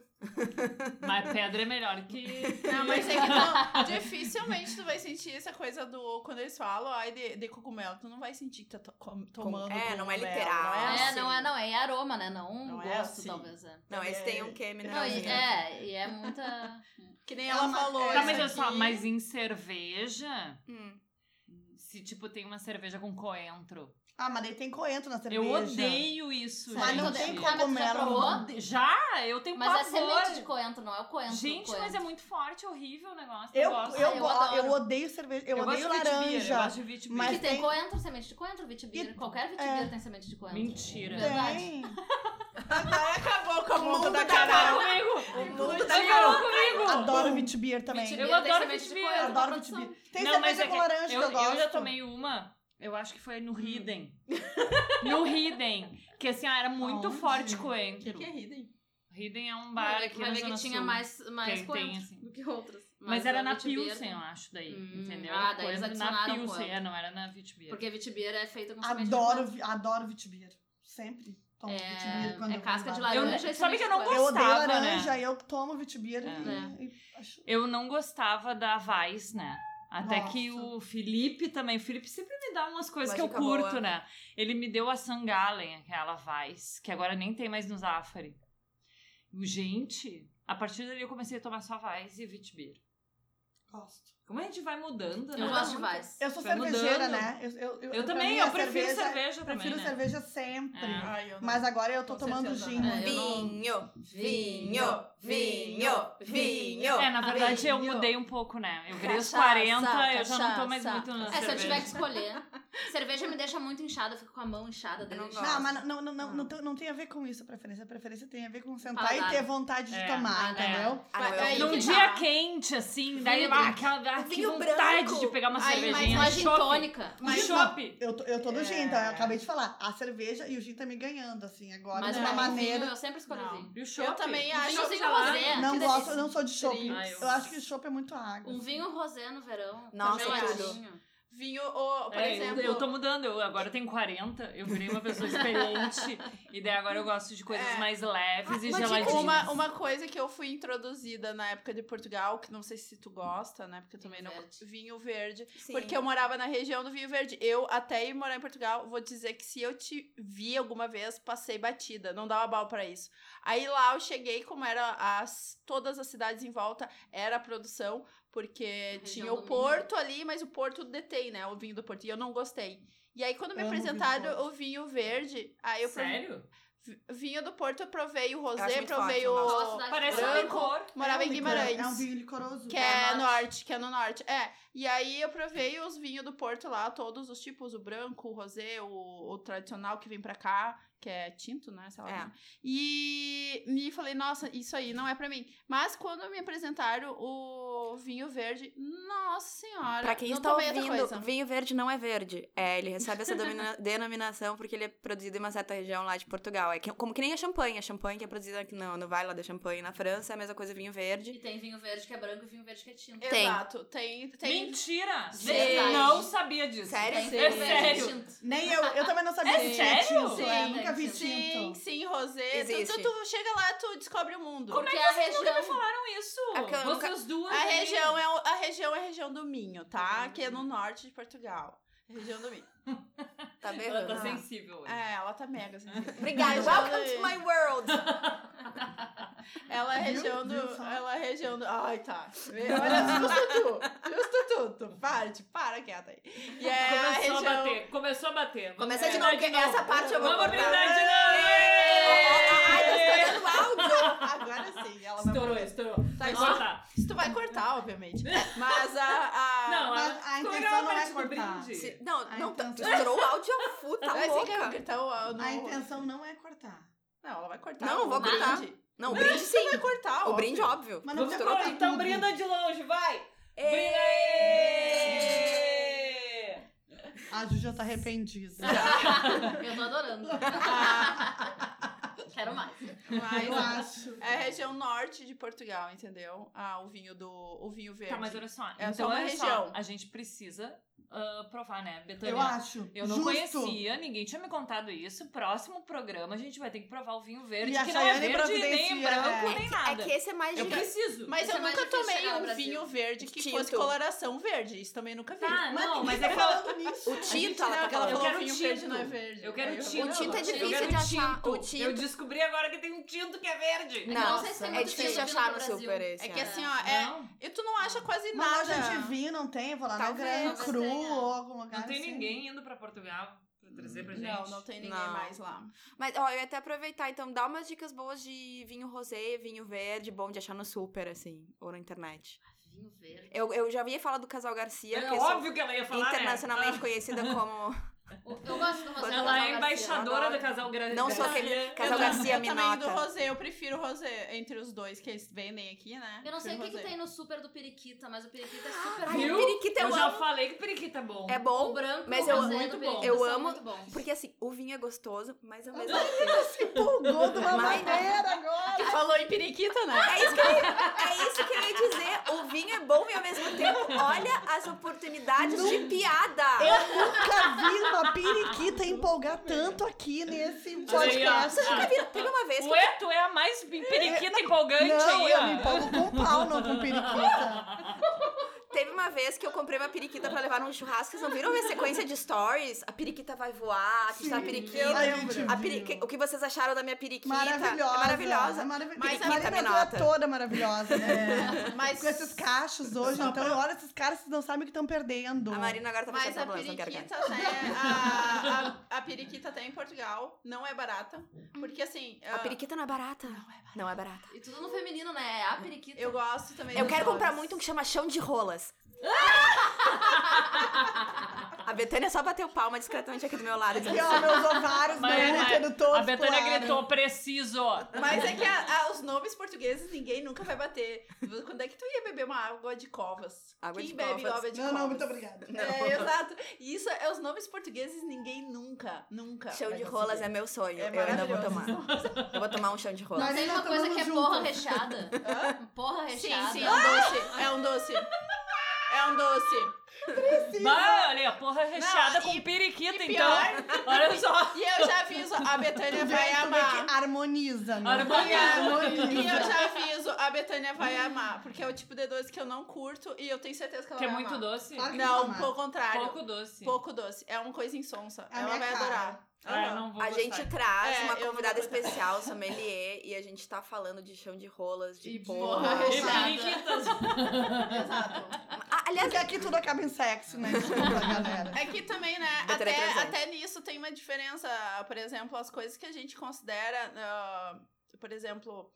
S2: Mas pedra é melhor que...
S4: Não, mas é que não, dificilmente tu vai sentir essa coisa do... Quando eles falam, ai, de, de cogumelo, tu não vai sentir que tá to- com- tomando
S1: é, não é
S4: cogumelo,
S1: literal.
S4: não
S5: É,
S4: é assim.
S5: não é, não, é aroma, né? Não, um
S4: Não
S5: gosto,
S4: é assim.
S5: talvez. É.
S1: Não, esse tem um quê, mineralzinho.
S5: e, é, e é muita.
S4: Que nem
S3: É
S4: ela
S3: uma-
S4: falou.
S2: Tá,
S4: isso
S2: mas eu só...
S4: aqui.
S2: Mas em cerveja...
S1: Hum.
S2: Se, tipo, tem uma cerveja com coentro.
S3: Ah, mas daí tem coentro na cerveja.
S2: Eu odeio isso,
S3: Mas
S2: gente.
S3: não
S5: Então,
S3: tem
S5: ah, mas tu já
S3: cogumelo.
S5: provou?
S2: Ode- Já? Eu tenho
S5: Mas é a
S2: pavor.
S5: semente de coentro, não é o coentro.
S2: Gente,
S5: do coentro.
S2: mas é muito forte, horrível o negócio.
S3: Eu,
S2: gosto.
S3: eu,
S5: Ah, eu
S3: go-
S5: adoro.
S3: eu odeio cerveja. Eu,
S2: gosto
S3: odeio
S2: de vitibira, eu
S3: laranja.
S2: gosto de vitibira.
S3: mas
S5: Que tem,
S3: tem-
S5: coentro, semente de coentro, vitibira.
S3: E- é.
S5: Qualquer vitibira tem semente de coentro.
S2: Mentira.
S5: Tem. Verdade.
S4: Acabou com o mundo da
S2: Acabou
S4: Carol.
S2: Tá comigo!
S4: O mundo da
S2: Acabou
S4: Carol.
S2: comigo!
S3: tá Adoro vitibir também.
S5: Vitibira
S2: Eu
S5: tem
S2: adoro
S5: semente
S2: vitibira.
S5: de coentro.
S3: Adoro
S5: pra produção.
S3: vitibir. Tem
S2: é Não, mas
S3: cerveja
S2: é
S3: com
S2: que
S3: laranja que
S2: eu,
S3: eu gosto.
S2: eu já tomei uma, eu acho que foi no Riden. no Riden. Que assim, ah, era muito
S3: Aonde?
S2: forte
S4: O que
S2: coentro.
S4: que é Hidden?
S2: Riden é um
S5: Olha,
S2: bar aqui
S5: vai
S2: na
S5: ver
S2: Zona
S5: que tinha
S2: Sul.
S5: mais, mais
S2: Tem-
S5: coentro
S2: tem, assim.
S5: do que outras.
S2: Mas era
S5: a
S2: na
S5: vitibira-
S2: Pilsen, eu acho, daí,
S5: Hum,
S2: entendeu?
S5: ah, daí eles
S2: Coentro na
S5: adicionaram
S2: Pilsen,
S5: coentro.
S2: é, não era na Vitibia.
S5: Porque a vitibira é feita com semente de
S3: Adoro,
S5: coentro.
S3: vi- adoro vitibir. Sempre tomo
S5: É,
S3: vitibir quando
S5: é
S3: eu vou
S5: casca
S3: em
S5: de
S3: bar.
S2: Eu,
S5: laranja.
S2: sabe que eu não
S5: Eu
S3: Eu odeio
S2: gostava, né?
S3: laranja e eu tomo vitibir.
S5: É.
S3: E, e acho-
S2: Eu não gostava da Vice, né? Até
S3: Nossa.
S2: que o Felipe também. O Felipe sempre me dá umas coisas
S7: Uma
S2: que eu
S7: dica
S2: curto,
S7: boa.
S2: né? Ele me deu a Sangalen, aquela Vice, que agora nem tem mais no Zafari. Gente, a partir dali eu comecei a tomar só Vice e Vitibir.
S3: gosto.
S2: Como a gente vai mudando, né?
S5: Eu gosto de vais.
S3: Eu sou
S2: Vai
S3: cervejeira,
S2: mudando.
S3: né? Eu, eu,
S2: Eu
S3: pra
S2: também,
S3: mim,
S2: eu
S3: a
S2: prefiro cerveja,
S3: Eu
S2: também.
S3: prefiro
S2: né?
S3: cerveja sempre.
S2: É.
S4: Ai, eu não.
S3: Mas agora eu tô
S4: Com
S3: tomando
S4: certeza
S3: gin.
S4: não.
S5: É, eu não-
S7: Ah, Vinho, vinho, vinho, vinho.
S2: É, na verdade eu
S4: Vinho.
S2: mudei um pouco, né? Eu virei os
S4: Cachaça,
S2: 40, eu já não tô mais muito
S4: cachaça.
S2: na
S5: É, se eu
S2: cerveja.
S5: tiver que escolher. Cerveja me deixa muito inchada, eu fico com a mão inchada.
S7: Eu não
S5: deliciosa.
S3: Não, mas não, não, não, não, tem- não tem a ver com isso a preferência. A preferência tem a ver com sentar
S5: Paladar.
S3: e ter vontade de
S2: É.
S3: tomar,
S5: Ah, né?
S3: entendeu?
S7: Ah, não, eu
S4: Aí
S2: Num
S5: que
S2: dia
S5: tá.
S2: quente, assim, daí
S5: Vinho
S2: ah,
S5: branco.
S2: aquela ah, que
S7: Vinho
S2: vontade
S7: branco.
S2: de pegar uma
S5: Aí, mas
S2: cervejinha.
S5: uma gin
S2: Chopp.
S5: tônica.
S2: Mas
S3: Não,
S2: chopp.
S3: Eu tô, eu tô no
S2: É.
S3: gin, então eu acabei de falar. A cerveja e o gin tá me ganhando, assim, agora.
S5: Mas é
S3: de
S5: pra
S3: uma
S5: mim,
S3: maneira.
S5: vinho, eu sempre escolho vinho.
S2: E o chopp?
S4: também
S2: E
S4: acho
S2: chopp
S5: que
S2: gelado.
S5: rosé.
S3: Não
S5: que
S3: gosto,
S5: delícia.
S3: eu não sou de chopp.
S4: Ah,
S2: eu-
S3: Eu acho que chopp é muito água.
S5: Um vinho rosé no verão. tá
S7: Nossa,
S5: também
S4: tudo.
S5: acho.
S4: Vinho, ou, por
S2: É, eu-
S4: exemplo...
S2: eu tô mudando, eu agora tenho 40, eu virei uma pessoa experiente, e daí agora eu gosto de coisas
S4: É.
S2: mais leves e
S4: Uma dica-
S2: geladinhas.
S4: Uma, uma coisa que eu fui introduzida na época de Portugal, que não sei se tu gosta, né? Porque eu também
S5: Vinho
S4: não.
S5: verde.
S4: Vinho verde.
S7: Sim.
S4: Porque eu morava na região do vinho verde. Eu, até ir morar em Portugal, vou dizer que se eu te vi alguma vez, passei batida. Não dava bal pra isso. Aí lá eu cheguei, como era as todas as cidades em volta, era a produção, porque
S5: região
S4: tinha o
S5: do
S4: porto ali, mas o porto detém, né? O vinho do porto. E eu não gostei. E aí, quando me
S3: Amo vinho do
S4: apresentaram
S3: Porto.
S4: o vinho verde, aí eu provei-
S2: Sério?
S4: Vi- Vinho do Porto, eu provei o
S7: acho
S4: rosé,
S7: muito forte,
S4: provei
S7: eu não
S5: gosto.
S4: o.
S5: Gosto
S2: Parece um
S4: branco.
S2: licor.
S4: Morava
S3: É um
S4: em
S3: licor-
S4: Guimarães.
S3: É um vinho licoroso.
S4: Que
S5: É
S4: é
S5: norte.
S4: norte, que é no norte. É. E aí eu provei os vinhos do Porto lá, todos os tipos, o branco, o rosé, o, o tradicional que vem pra cá, que é tinto, né? Sei lá.
S7: É.
S4: né? E me falei, nossa, isso aí não é pra mim. Mas quando me apresentaram o vinho verde, nossa senhora.
S7: Pra quem
S4: não
S7: está
S4: tomei outra
S7: ouvindo,
S4: coisa.
S7: vinho verde não é verde. É, ele recebe essa domina- denominação porque ele é produzido em uma certa região lá de Portugal. É que- como que nem a champanhe. A champanhe que é produzida aqui no, no Vale da Champanhe, na França, é a mesma coisa vinho verde.
S5: E tem vinho verde que é branco e vinho verde que é tinto.
S7: Tem.
S4: Exato, tem. tem...
S2: Mentira!
S5: Verdade.
S2: Não sabia disso.
S7: Sério?
S5: Tem
S7: Sim.
S1: é
S5: vinho verde é
S2: sério?
S5: tinto.
S3: Nem eu, eu também não sabia
S2: É
S3: que
S2: sério?
S3: tinha tinto. é,
S5: Sim,
S3: nunca vi
S5: tem
S4: Sim,
S3: tinto.
S4: sim, rosé. Tu-
S7: Existe.
S4: Tu, tu chega lá, tu descobre o mundo.
S5: Porque a
S2: Nunca me
S5: região.
S2: falaram Então isso.
S7: É que eu
S2: Vocês duas.
S4: A
S2: aí.
S4: região, é, o- a região é a região do Minho, tá? Que é no norte de Portugal. Região do Minho.
S7: Tá
S2: Ela tá
S7: berrando. Ah.
S2: sensível hoje.
S4: É, ela tá mega. Assim.
S7: Obrigada. Welcome to my world.
S4: Ela é a
S3: Viu?
S4: região do.
S3: Viu só?
S4: Ela é a região do. Ai, tá. Vê, Olha, justo tu. Justo tu. tu. Para, te para quieta aí. E é a
S2: Começou
S4: região.
S2: a bater, começou a bater. É Vamos
S7: Começa de
S2: brindar
S7: novo, porque essa parte eu vou
S2: Vamos
S7: cortar.
S2: brindar de
S4: Ai, tá
S2: novo! É.
S4: estourando o áudio. Agora sim, ela vai.
S2: Estourou, estourou.
S4: Tá,
S2: Vai
S4: isso,
S2: cortar.
S4: isso tu vai cortar, obviamente. Mas a. a...
S2: Não,
S3: Ah, mas
S2: ela-
S3: a
S2: como
S3: intenção
S2: ela
S3: não é
S2: parte do
S3: cortar.
S2: brinde?
S7: Se- Não,
S3: A
S7: não, tá- tu
S3: intenção-
S7: estourou o áudio a full, tá
S4: Ai, você quer
S7: louca.
S4: cortar o. o-
S3: A
S4: no-
S3: intenção não é cortar.
S4: Não, ela vai cortar.
S7: Não,
S4: o
S7: vou cortar.
S4: brinde.
S7: Não, o brinde sim.
S4: Vai cortar,
S7: O brinde, óbvio.
S3: Mas não
S2: Vamos
S3: precisa
S2: embora,
S3: cortar
S2: então
S3: tudo.
S2: brinda de longe, vai! Brinda aí!
S3: A Ju já tá arrependida.
S5: tá- Eu tô adorando. Quero mais.
S3: Ah, Eu
S4: Mas
S3: acho.
S4: é a região norte de Portugal, entendeu? Ah, o vinho do. O vinho verde.
S2: Tá, mas olha só.
S4: É só
S2: então,
S4: uma
S2: olha só.
S4: região.
S2: A gente precisa ah, provar, né, Betânia?
S3: Eu acho.
S2: Eu não
S3: Justo.
S2: conhecia, ninguém tinha me contado isso. Próximo programa a gente vai ter que provar o vinho verde,
S3: E a
S2: que não é
S3: Chayane
S2: verde, nem
S3: providencia,
S2: branco,
S3: é.
S2: nem
S7: É
S2: nada.
S7: que esse é mais
S2: Eu
S7: difícil.
S2: preciso.
S4: Mas
S5: Isso
S4: eu
S5: é mais
S4: nunca
S5: difícil
S4: tomei
S5: chegar no
S4: um
S5: Brasil.
S4: vinho verde que
S7: Tinto.
S4: fosse coloração verde. Isso também nunca vi.
S2: Tá, não, mas é
S3: Tá
S2: que ela...
S3: falando nisso.
S7: O tinto,
S4: não,
S7: ela tá
S4: que ela
S7: falando.
S2: Eu
S4: falou
S2: quero
S4: vinho
S2: tinto.
S4: verde não é verde.
S2: Eu quero
S4: Aí
S2: tinto.
S7: O tinto é
S2: Eu
S7: difícil
S2: quero
S7: de achar.
S2: tinto.
S7: O tinto-
S2: Eu descobri agora que tem um tinto que é verde.
S5: não
S7: Não,
S5: sei se tem
S7: é
S5: Então, muito
S7: difícil de
S5: tinto
S7: achar
S5: no
S7: no
S5: Brasil.
S7: super esse.
S4: É que
S7: é.
S4: assim, ó, é,
S2: Não,
S4: e tu não acha quase
S3: Uma
S4: nada.
S3: loja de vinho não tem, vou lá na
S7: Talvez,
S3: Grande
S5: talvez
S3: Cru
S5: tenha.
S3: ou algum lugar
S2: não tem
S3: assim.
S2: ninguém indo pra Portugal pra trazer pra gente?
S8: Não, não tem ninguém
S1: Não.
S8: mais lá.
S1: Mas, ó, eu ia até aproveitar, então, dá umas dicas boas de vinho rosé, vinho verde, bom de achar no super, assim, ou na internet.
S5: Vinho verde.
S1: Eu, eu já havia falado do Casal Garcia,
S2: É
S1: que eu sou
S2: óbvio que ela ia falar, né?
S1: internacionalmente conhecida como...
S5: Eu, eu gosto do Rosé.
S2: Ela é
S1: eu
S2: embaixadora
S1: adoro.
S2: do casal Gra- Garcia.
S1: Não sou aquele Casal
S4: eu
S1: Garcia
S4: eu também do
S1: Minota.
S4: Rosé, eu prefiro o Rosé entre os dois que eles vendem aqui, né?
S5: Eu não sei o que, que
S4: Prefiro
S5: tem no super do Periquita, mas o Periquita é super
S1: Ai,
S2: Viu?
S1: o periquita eu,
S2: Eu já
S1: amo.
S2: falei que o periquita é bom.
S1: É
S5: bom. O
S1: bom,
S5: branco
S1: mas
S5: e o
S1: eu-
S5: rosé
S2: muito
S5: do
S2: bom.
S5: Periquita
S1: Eu
S5: são
S1: amo,
S5: muito bons.
S1: porque assim, o vinho é gostoso, mas ao mesmo
S3: Se empolgou de uma
S1: Mas-
S3: maneira agora.
S4: Rosé. Falou em periquita, né?
S1: É isso, que eu ia, é isso que eu ia dizer. O vinho é bom e ao mesmo tempo, olha as oportunidades de piada.
S3: Eu nunca vi uma periquita empolgar tanto aqui nesse
S2: aí, ó.
S3: podcast.
S2: Ah,
S1: Teve uma vez que
S2: Ué, tu é a mais periquita empolgante
S3: Não,
S2: aí,
S3: eu me
S2: ó.
S3: empolgo com pau, não com periquita.
S1: Teve uma vez que eu comprei uma periquita pra levar num churrasco. Vocês não viram minha sequência de stories? A periquita vai voar, a gente tá na
S3: eu
S1: periquita.
S3: lembro.
S1: A peri- que- O que vocês acharam da minha periquita?
S3: Maravilhosa.
S1: É maravilhosa.
S3: maravilhosa.
S1: Mas
S3: Mas
S1: a
S3: a Marina tu é
S1: Minota.
S3: toda maravilhosa, né?
S4: Mas
S3: Com esses cachos hoje, então, olha, esses caras vocês não sabem o que estão perdendo.
S1: A Marina agora tá
S4: Mas
S1: fazendo
S4: a
S1: problemas, não quero ganhar.
S4: periquita, né? A, a, a periquita até em Portugal não é barata. Porque assim.
S1: A
S4: ah,
S1: periquita não é barata. Não é barata.
S5: E tudo no feminino, né? É a Periquita.
S4: Eu gosto também.
S1: Eu
S4: dos
S1: quero comprar
S4: olhos.
S1: muito um que chama chão de rolas. A Betânia só bateu palma discretamente aqui do meu lado.
S3: Aqui, ó, meus ovários,
S2: Mas-
S3: Marina,
S2: mas-
S3: tendo todos.
S2: A Betânia
S3: claro.
S2: gritou, preciso.
S4: Mas é que a- a- os nomes portugueses ninguém nunca vai bater. Quando é que tu ia beber uma água de covas?
S1: Água
S4: Quem
S1: de
S4: bebe
S1: covas.
S4: água de
S3: Não,
S4: covas?
S3: não, muito obrigada.
S4: É, exato. E Isso é os nomes portugueses ninguém nunca, nunca.
S1: Chão
S4: vai
S1: de
S4: conseguir.
S1: rolas é meu sonho.
S4: É
S1: eu ainda vou tomar.
S4: maravilhoso.
S1: Eu vou tomar um chão de rolas.
S3: Mas
S5: Mas tem
S3: ainda
S5: uma coisa
S3: tamo
S5: que é
S3: junto.
S5: porra recheada. Porra
S4: Sim,
S5: recheada.
S4: sim, é um doce. É um doce. É um doce.
S3: assim,
S2: Vai, olha aí, a porra recheada
S4: Não,
S2: com
S4: e-
S2: periquita,
S4: e
S2: então. Olha só.
S4: E eu já aviso, a Betânia vai
S3: Tu vê
S4: amar.
S3: que harmoniza, né?
S2: Harmoniza.
S4: E eu já aviso, a Betânia vai amar. Porque é o tipo de doce que eu não curto e eu tenho certeza que ela
S2: Que é
S4: vai
S2: muito
S4: amar.
S2: doce.
S3: Claro que vai
S4: Não,
S3: amar.
S4: pelo contrário.
S2: Pouco
S4: Pouco,
S2: doce.
S4: doce. É uma coisa insonsa.
S3: A
S4: ela
S3: minha
S4: vai
S3: cara.
S4: adorar.
S2: Ah, eu
S4: Aham.
S2: não vou
S1: A
S2: gostar.
S1: gente traz
S4: É,
S1: uma
S4: eu não
S1: convidada
S4: vou gostar.
S1: especial, sommelier, e a gente tá falando de chão de rolas, de
S2: E
S1: porra.
S4: porra
S2: E
S4: recheada.
S2: periquitas.
S4: Exato.
S1: Ah, aliás,
S3: Porque aqui tudo acaba em sexo, né? Desculpa, galera.
S4: É que também, né?
S1: Betânia
S4: Até,
S1: presente.
S4: até nisso tem uma diferença. Por exemplo, as coisas que a gente considera. ah, por exemplo.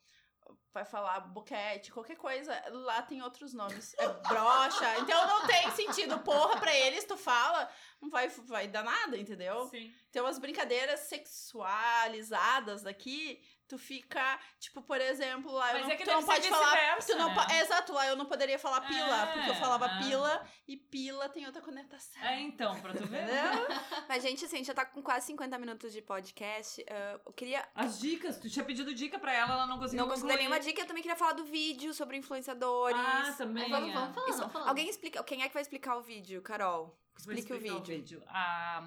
S4: Vai falar boquete, qualquer coisa. Lá tem outros nomes. É brocha. Então não tem sentido. Porra, pra eles, tu fala. Não vai, vai dar nada, entendeu?
S2: Sim.
S4: Então, as brincadeiras sexualizadas daqui, tu fica, tipo, por exemplo, lá eu
S2: Mas
S4: não,
S2: é que
S4: tu
S2: deve
S4: não
S2: ser
S4: pode falar.
S2: vice-versa,
S4: Tu não
S2: né?
S4: po- é, exato, lá eu não poderia falar pila,
S2: É,
S4: porque eu falava
S2: é.
S4: pila e pila tem outra conotação.
S2: É, então, pra tu ver.
S4: Entendeu?
S1: mas gente, assim, a gente já tá com quase 50 minutos de podcast. ah, eu queria.
S2: As dicas, tu tinha pedido dica pra ela, ela não conseguiu.
S1: Não consegui dar
S2: concluir.
S1: nenhuma dica, eu também queria falar do vídeo sobre influenciadores.
S2: Ah, também.
S5: Mas vamos,
S2: é.
S5: vamos falando,
S1: Isso.
S5: vamos falando.
S1: Alguém explica. Quem é que vai explicar o vídeo, Carol?
S2: Vou
S1: Explique o
S2: explicar
S1: vídeo.
S2: A,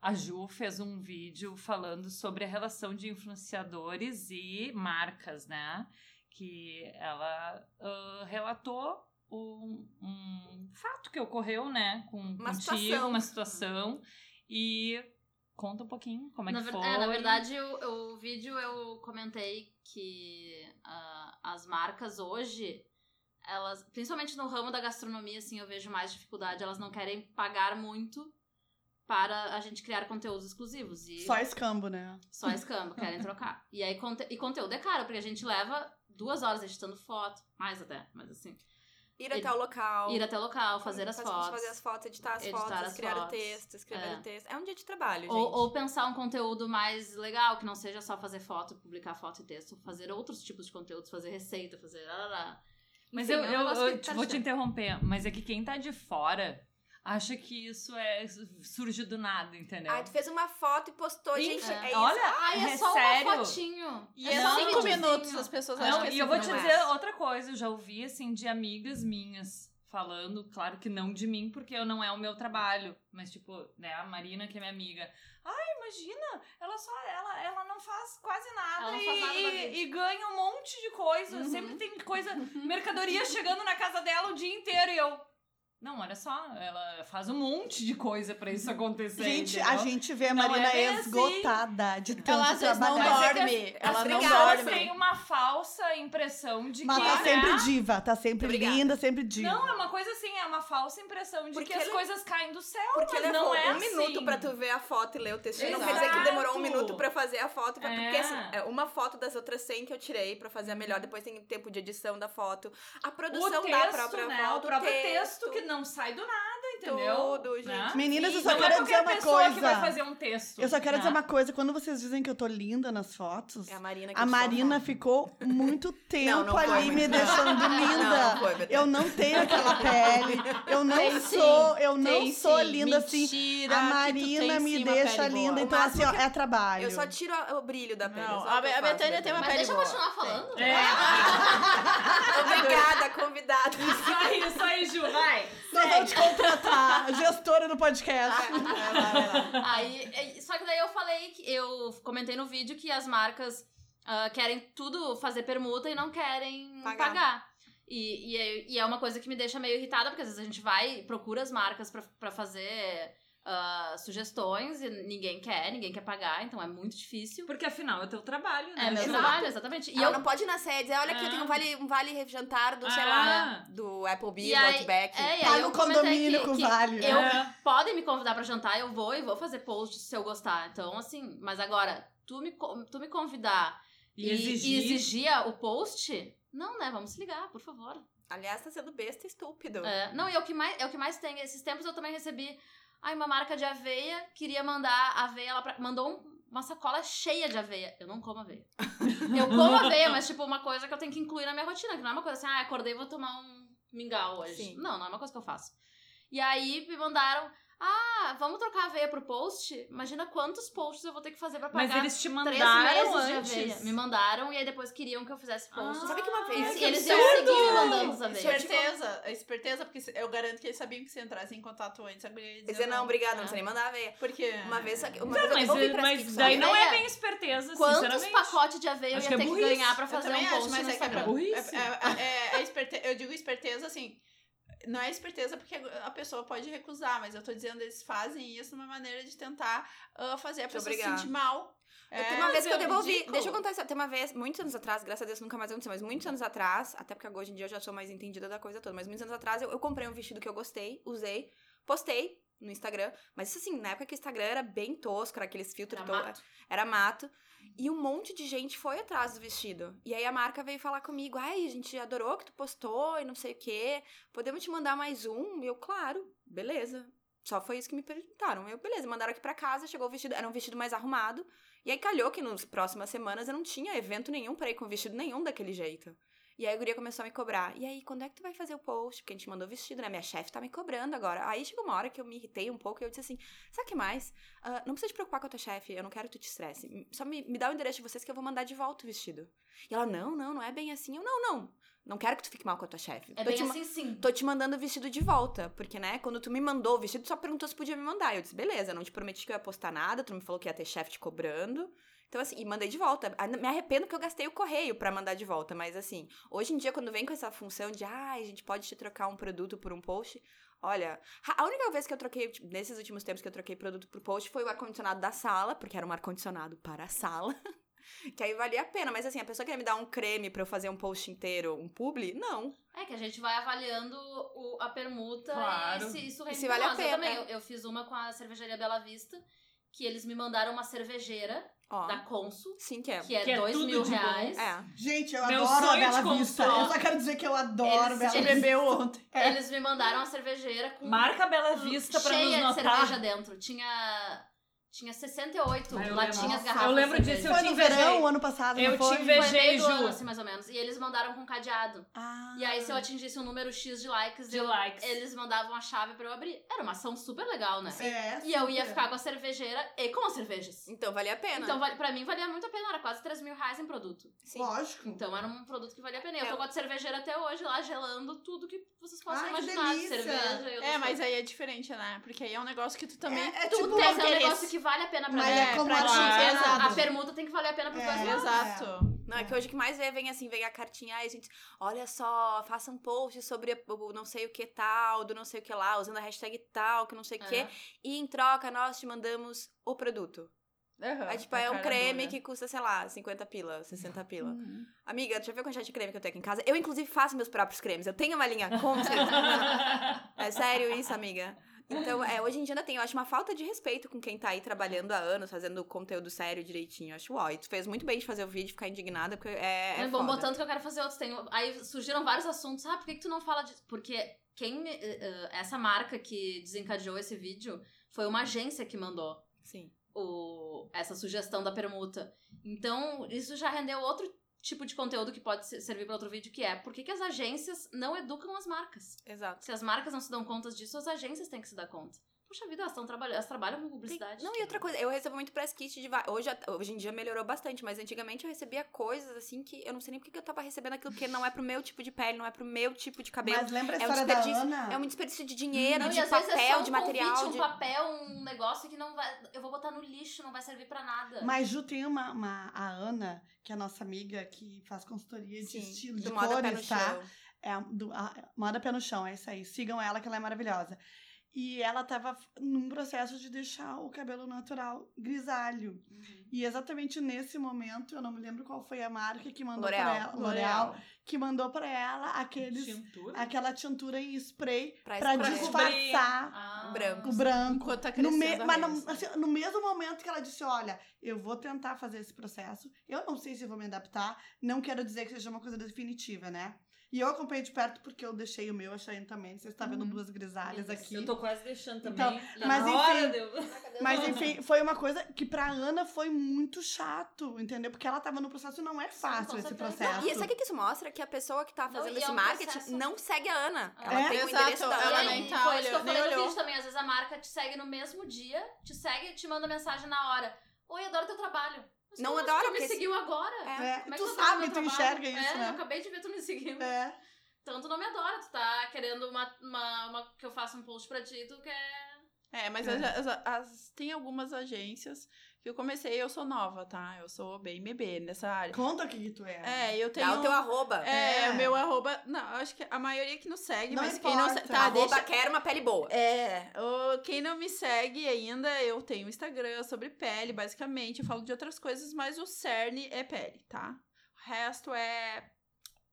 S2: a Ju fez um vídeo falando sobre a relação de influenciadores e marcas, né? Que ela ah, relatou um, um fato que ocorreu, né? Com,
S1: Uma
S2: contigo,
S1: situação.
S2: uma situação. E conta um pouquinho como é
S5: na,
S2: que
S5: ver-
S2: foi.
S5: é, na verdade, o, o vídeo eu comentei que ah, as marcas hoje, elas, principalmente no ramo da gastronomia, assim, eu vejo mais dificuldade, elas não querem pagar muito para a gente criar conteúdos exclusivos. E
S3: Só escambo, né?
S5: só escambo, querem trocar. E aí conte- e conteúdo é caro, porque a gente leva duas horas editando foto, mais até, mas assim.
S1: Ir até o local.
S5: Ir até o local, fazer as fotos.
S1: Fazer as fotos, editar as
S5: Editar
S1: fotos,
S5: as
S1: criar o
S5: fotos,
S1: texto, escrever
S5: é.
S1: o texto. É um dia de trabalho,
S5: Ou,
S1: gente.
S5: ou pensar um conteúdo mais legal, que não seja só fazer foto, publicar foto e texto, fazer outros tipos de conteúdos, fazer receita, fazer. Lá, lá, lá.
S2: Mas
S5: Enfim,
S2: eu,
S5: é um
S2: eu,
S5: negócio
S2: eu
S5: que
S2: te-
S5: tá
S2: vou te
S5: distante.
S2: interromper, mas é que quem tá de fora acha que isso é surge do nada, entendeu?
S1: Ah, tu fez uma foto e postou,
S2: Sim,
S1: gente. É,
S5: é.
S1: isso.
S2: Olha,
S5: Ai, é,
S2: é
S5: só
S2: sério.
S5: uma fotinho.
S4: E
S5: É
S4: é
S5: só um
S4: cinco
S5: videozinho.
S4: minutos as pessoas acham
S2: Não,
S5: assim,
S4: que é
S2: e eu vou te
S4: cinco
S1: não
S2: dizer
S1: é.
S2: outra coisa, eu já ouvi assim de amigas minhas falando, claro que não de mim, porque eu não é o meu trabalho, mas tipo, né, a Marina que é minha amiga. Ai, imagina, ela só ela, ela não faz quase nada,
S5: Ela não
S2: e,
S5: faz nada da Uhum.
S2: e- e ganha um monte de coisa, sempre tem coisa, mercadoria chegando na casa dela o dia inteiro e eu Não, olha só, ela faz um monte de coisa pra isso acontecer.
S3: Gente,
S2: entendeu?
S3: a gente vê a
S2: Não é
S3: Marina
S2: bem assim.
S3: esgotada de tanto
S9: Ela às vezes não
S4: é
S3: trabalhar.
S9: dorme. Ela
S2: As
S9: não
S2: pessoas
S9: dorme.
S2: têm uma falsa impressão de
S3: Mas
S2: que.
S3: tá
S2: né?
S3: sempre diva, tá sempre
S1: Obrigada.
S3: linda, sempre diva.
S2: Não, é uma coisa assim, é uma falsa impressão de
S1: Porque
S2: que as
S1: ele- é-
S2: coisas caem do céu.
S1: Porque
S2: mas
S1: levou
S2: não é
S1: um
S2: assim.
S1: minuto pra tu ver a foto e ler o texto. Não quer
S2: Exato.
S1: dizer que demorou um minuto pra fazer a foto. pra-
S2: É.
S1: Porque assim, é uma foto das outras 100 que eu tirei pra fazer a melhor. Depois tem tempo de edição da foto. A
S2: O
S1: produção
S2: texto,
S1: da própria
S2: né?
S1: foto.
S2: o próprio texto, que não sai do nada, entendeu?
S1: Tudo, gente.
S2: Né?
S3: Meninas, eu
S1: Sim,
S3: só
S2: Não
S3: quero
S2: é
S3: dizer
S2: qualquer
S3: uma
S2: pessoa que vai
S3: coisa.
S2: fazer um texto.
S3: Eu só quero
S2: né?
S3: dizer uma coisa. Quando vocês dizem que eu tô linda nas fotos,
S1: É a Marina que
S3: a
S1: eu sou,
S3: Marina
S1: né?
S3: ficou muito tempo
S1: Não, não foi
S3: ali
S1: muito,
S3: me
S1: não.
S3: deixando
S1: Não, não
S3: linda.
S1: foi, Betânia.
S3: eu não tenho aquela pele. Eu não
S9: Tem sim,
S3: sou, eu não
S9: Tem
S3: sou
S9: sim.
S3: linda assim.
S9: Mentira,
S3: A
S9: que tu
S3: Marina
S9: tem
S3: me
S9: sim uma
S3: deixa
S9: pele boa.
S3: linda.
S1: O
S3: Então,
S1: máximo
S3: assim, ó, é trabalho.
S1: Eu só tiro a- o brilho da pele.
S9: Não,
S1: só
S9: a-
S1: o que eu
S9: a
S1: faço,
S9: Betânia tem uma
S5: Mas
S9: pele
S5: deixa eu
S9: boa.
S5: continuar falando.
S2: É.
S1: Obrigada, convidada.
S2: Isso aí, isso aí, Ju, vai.
S3: Nós vamos te contratar, gestora do podcast.
S5: Aí, é, só que daí eu falei que eu comentei no vídeo que as marcas ah, querem tudo fazer permuta e não querem
S1: Pagar.
S5: pagar. E, e, é, e é uma coisa que me deixa meio irritada, porque às vezes a gente vai e procura as marcas pra, pra fazer ah, sugestões e ninguém quer, ninguém quer pagar, então é muito difícil.
S2: Porque afinal é teu trabalho, né?
S5: É meu
S2: Ju?
S5: trabalho, exatamente. E
S1: E ela
S5: eu
S1: não pode ir na sede dizer, olha aqui,
S2: Ah.
S1: eu tenho um vale, um vale jantar do, sei
S2: Ah.
S1: lá, né, do Applebee,
S5: E
S1: do
S5: aí-
S1: Outback.
S5: é, e aí
S3: Tá
S5: eu
S3: no
S5: comentei
S3: condomínio
S5: que-
S3: com o
S5: que
S3: Vale.
S5: eu-
S2: É.
S5: podem me convidar pra jantar, eu vou e vou fazer post se eu gostar. Então, assim, mas agora, tu me, co- tu me convidar
S2: E exigir.
S5: exigia o post? Não, né? Vamos se ligar, por favor.
S1: Aliás, tá sendo besta e
S2: Uhum.
S1: estúpido.
S5: É, não, e é o, que mais, é o que mais tem. Esses tempos eu também recebi. Ai, uma marca de aveia queria mandar aveia lá pra. Mandou um- uma sacola cheia de aveia. Eu não como aveia. Eu como aveia, mas tipo, uma coisa que eu tenho que incluir na minha rotina, que não é uma coisa assim, ah, acordei e vou tomar um mingau hoje.
S1: Sim.
S5: Não, não é uma coisa que eu faço. E aí me mandaram. Ah, vamos trocar a aveia pro post? Imagina quantos posts eu vou ter que fazer pra pagar
S2: Mas eles te
S5: três
S2: mandaram
S5: meses de aveia.
S2: antes. Ah,
S5: Me mandaram e aí depois queriam que eu fizesse post.
S1: Sabe que uma vez-
S5: Eles,
S1: que
S5: eles iam seguir me mandando
S2: é
S5: os aveias.
S4: Tipo, Esperteza, a esperteza, porque se- eu garanto que eles sabiam que se entrasse em contato antes, a guria ia dizer
S1: Dizer, não, obrigada, não
S5: Ah.
S1: sei nem mandar ver.
S4: Porque...
S1: Uma vez só que. Uma
S2: Não,
S1: vez eu
S2: mas,
S1: devolvi pra
S2: mas
S1: Skip,
S2: daí
S1: só.
S2: não é
S5: Olha,
S2: bem esperteza,
S5: Quantos
S2: sinceramente.
S5: pacotes de aveia eu
S2: Acho
S5: ia
S2: que é
S5: ter que
S2: burrice.
S5: ganhar pra
S4: Eu
S5: fazer um
S4: também acho,
S5: post
S4: mas
S5: no
S4: é que é pra...
S5: Instagram?
S2: Burrice.
S4: É, é, é, é esperteza, eu digo esperteza, assim, não é esperteza porque a pessoa pode recusar, mas eu tô dizendo, eles fazem isso de uma maneira de tentar ah, fazer a
S1: Te
S4: pessoa se
S1: obrigar.
S4: sentir mal.
S1: Eu
S4: É,
S1: tenho uma vez
S2: mas
S1: que eu
S2: é
S1: devolvi.
S2: ridículo.
S1: Deixa eu contar isso. Tem uma vez, muitos anos atrás, graças a Deus nunca mais aconteceu, mas muitos anos atrás, até porque hoje em dia eu já sou mais entendida da coisa toda, mas muitos anos atrás eu, eu comprei um vestido que eu gostei, usei, postei no Instagram. Mas isso assim, na época que o Instagram era bem tosco, era aqueles filtros
S5: Era
S1: to- era mato. E um monte de gente foi atrás do vestido. E aí a marca veio falar comigo: ai, a gente adorou que tu postou e não sei o quê. Podemos te mandar mais um? E eu, claro, beleza. Só foi isso que me perguntaram. Eu, beleza, mandaram aqui pra casa, chegou o vestido, era um vestido mais arrumado. E aí calhou que nas próximas semanas eu não tinha evento nenhum pra ir com vestido nenhum daquele jeito. E aí a guria começou a me cobrar. E aí, quando é que tu vai fazer o post? Porque a gente mandou vestido, né? Minha chefe tá me cobrando agora. Aí chegou uma hora que eu me irritei um pouco e eu disse assim: sabe o que mais? Ah, não precisa te preocupar com a tua chefe, eu não quero que tu te estresse. M- Só me, me dá o endereço de vocês que eu vou mandar de volta o vestido. E ela, não, não, não é bem assim. Eu, não, não. Não quero que tu fique mal com a tua chefe. Então,
S5: É
S1: tô,
S5: bem
S1: te ma-
S5: assim, sim.
S1: tô te mandando o vestido de volta. Porque, né, quando tu me mandou o vestido, tu só perguntou se podia me mandar. Eu disse, beleza, não te prometi que eu ia postar nada, tu me falou que ia ter chefe te cobrando. Então, assim, e mandei de volta. Ah, Me arrependo que eu gastei o correio pra mandar de volta. Mas, assim, hoje em dia, quando vem com essa função de, ai, a gente pode te trocar um produto por um post, Olha, ra- a única vez que eu troquei, tipo, nesses últimos tempos que eu troquei produto por post foi o ar-condicionado da sala, porque era um ar-condicionado para a sala. Que aí valia a pena, mas assim, a pessoa queria me dar um creme pra eu fazer um post inteiro, um publi? Não.
S5: É que a gente vai avaliando o- a permuta
S2: Claro.
S5: e se isso
S1: E
S5: rende
S1: se
S5: pra
S1: vale a
S5: nós. Eu
S1: pena,
S5: também,
S1: é.
S5: eu, eu fiz uma com a cervejaria Bela Vista, que eles me mandaram uma cervejeira
S1: Ó,
S5: da Consul,
S1: sim que é.
S5: que é
S2: Que é
S5: dois
S2: tudo
S5: mil
S2: de bom.
S5: reais.
S1: É.
S3: Gente, eu
S2: Meu
S3: adoro a
S2: sonho de
S3: Bela
S2: consumo.
S3: Vista. Eu só quero dizer que eu adoro
S5: Eles-
S3: Bela
S5: eles-
S3: Vista.
S4: Bebeu ontem.
S3: É.
S5: Eles me mandaram uma cervejeira com
S2: Marca Bela Vista pra
S5: cheia
S2: nos
S5: de
S2: notar.
S5: cerveja dentro. Tinha, tinha 68
S2: Ah, eu
S5: latinhas,
S2: lembro.
S5: garrafas.
S2: Eu lembro
S5: de
S2: disso, eu
S3: Foi
S2: te
S3: no
S2: invejei.
S3: verão, ano passado,
S2: Eu
S3: não
S2: te
S3: foi?
S2: invejei.
S5: Foi meio do
S2: Ju.
S5: ano, assim, mais ou menos. E eles mandaram com cadeado.
S3: Ah.
S5: E aí, se eu atingisse um número X de likes,
S2: De
S5: eu-
S2: likes.
S5: eles mandavam a chave pra eu abrir. Era uma ação super legal, né?
S3: É,
S5: E eu
S3: super.
S5: ia ficar com a cervejeira e com as cervejas.
S1: Então valia a pena.
S5: Então, vale- pra mim, valia muito a pena. Era quase 3 mil reais em produto.
S1: sim.
S3: Lógico.
S5: Então, era um produto que valia a pena. E
S1: É.
S5: Eu tô com a cervejeira até hoje lá, gelando tudo que vocês possam
S3: Ai, que
S5: imaginar. de
S3: delícia.
S5: Cerveja e outras
S4: É, mas
S5: coisas.
S4: aí é diferente, né? Porque aí é um negócio que tu também...
S3: É, é
S4: tu
S3: tipo
S5: Tem-
S4: tem
S5: é um
S4: interesse.
S5: negócio que vale a pena pra
S3: Mas
S5: mim.
S3: é como
S4: pra
S3: ar
S4: ti,
S5: Exato.
S3: condicionado.
S5: A permuta tem que valer a pena pros
S3: É.
S5: dois lados.
S4: Exato.
S1: Não, é, que hoje o que mais vê, vem assim, vem a cartinha, ai, gente, olha só, faça um post sobre o não sei o que tal, do não sei o que lá, usando a hashtag tal, que não sei o que, e em troca nós te mandamos o produto.
S4: Aham,
S1: é tipo,
S4: a
S1: é um
S4: tá cara
S1: creme
S4: dura.
S1: que custa, sei lá, 50 pila, 60 pila.
S4: Uhum.
S1: Amiga, deixa eu ver a quantidade de creme que eu tenho aqui em casa. Eu, inclusive, faço meus próprios cremes. Eu tenho uma linha contra. é sério isso, amiga? Então, é, hoje em dia ainda tem, eu acho, uma falta de respeito com quem tá aí trabalhando há anos, fazendo conteúdo sério direitinho. Eu acho, uau, e tu fez muito bem de fazer o vídeo e ficar indignada, porque é. é
S5: bom,
S1: foda.
S5: botando Né, que eu quero fazer outros. Tem, aí surgiram vários assuntos. Ah, por que, que tu não fala disso? Porque quem. me- eh, eh, essa marca que desencadeou esse vídeo foi uma agência que mandou
S1: Sim.
S5: o, essa sugestão da permuta. Então, isso já rendeu outro tipo de conteúdo que pode ser- servir para outro vídeo, que é por que, que as agências não educam as marcas?
S1: Exato.
S5: Se as marcas não se dão conta disso, as agências têm que se dar conta. Puxa vida, elas, tão trabalha- elas trabalham com
S1: Tem-
S5: publicidade.
S1: Não, e outra coisa, eu recebo muito press kit de. va- Hoje, at- hoje em dia melhorou bastante, mas antigamente eu recebia coisas assim que eu não sei nem porque que eu tava recebendo aquilo, porque não é pro meu tipo de pele, não é pro meu tipo de cabelo.
S3: Mas lembra
S1: é
S3: a
S1: um
S3: história da
S1: desperdício-
S3: Ana?
S1: É um desperdício de dinheiro,
S5: ah. Não,
S1: de
S5: e às vezes é
S1: papel,
S5: só um
S1: de material.
S5: Convite,
S1: de...
S5: um papel, um negócio que não vai. Eu vou botar no lixo, não vai servir pra nada.
S3: Mas Ju tem uma, uma- a Ana, que é a nossa amiga que faz consultoria de
S1: Sim,
S3: estilo de
S1: do modo pé no
S3: cores, tá?
S1: chão.
S3: É a- do, a- Moda Pé no Chão, é isso aí. Sigam ela, que ela é maravilhosa. E ela tava f- num processo de deixar o cabelo natural grisalho.
S1: Uhum.
S3: E exatamente nesse momento, eu não me lembro qual foi a marca que mandou pra
S1: L'Oréal. um
S3: ela, L'Oreal, que mandou pra ela aqueles,
S10: Tintura?
S3: aquela tintura em spray
S1: Pra
S3: pra
S1: esconder.
S3: disfarçar
S5: Ah,
S1: branco.
S3: o branco.
S4: Enquanto tá
S3: No
S4: crescendo.
S3: me-
S4: a
S3: mas no,
S4: raiz.
S3: assim, no mesmo momento que ela disse, olha, eu vou tentar fazer esse processo, eu não sei se eu vou me adaptar, não quero dizer que seja uma coisa definitiva, né? E eu acompanhei de perto porque eu deixei o meu, a Cheyenne também, vocês estão vendo duas grisalhas aqui.
S2: Eu tô quase deixando também.
S3: Então,
S2: Na
S3: mas
S2: hora
S3: enfim,
S2: deu-
S3: Mas enfim, foi uma coisa que pra Ana foi muito chato, entendeu? Porque ela tava no processo, não é fácil
S5: com
S3: esse
S5: certeza.
S3: processo.
S1: E sabe o que isso mostra? Que a pessoa que tá fazendo
S5: e é
S1: esse
S5: um
S1: marketing
S5: processo.
S1: não segue a Ana.
S5: Ah.
S1: Ela
S3: É.
S1: tem o
S4: Exato,
S1: endereço da
S4: ela
S1: Ana.
S4: nem
S5: e
S4: tá
S5: foi é isso que eu
S4: olhando,
S5: falei
S4: nem
S5: no
S4: olhou.
S5: vídeo também. Às vezes a marca te segue no mesmo dia, te segue e te manda mensagem na hora. Oi, adoro teu trabalho. Mas
S1: Não
S5: como assim
S1: adoro,
S5: Tu me
S1: porque-
S5: seguiu agora?
S3: É,
S5: Como é que
S3: tu
S5: eu adoro
S3: sabe,
S5: meu
S3: tu
S5: trabalho?
S3: enxerga
S5: é,
S3: isso,
S5: Eu
S3: né?
S5: acabei de ver tu me seguindo.
S3: É.
S5: Então tu não me adora. Tu tá querendo uma, uma, uma- que eu faça um post pra ti, tu quer.
S4: É, mas
S3: É.
S4: as- as- as- tem algumas agências que eu comecei, eu sou nova, tá? Eu sou bem bebê nessa área.
S3: Conta o que que tu é.
S4: É, eu tenho.
S1: Dá o teu arroba.
S4: É,
S3: É.
S4: o meu arroba. Não, acho que a maioria que não segue,
S3: Não
S4: mas quem não
S3: importa.
S4: segue. Tá,
S1: arroba
S4: deixa.
S1: quer uma pele boa.
S4: É, o- quem não me segue ainda, eu tenho Instagram sobre pele, basicamente. Eu falo de outras coisas, mas o cerne é pele, tá? O resto é.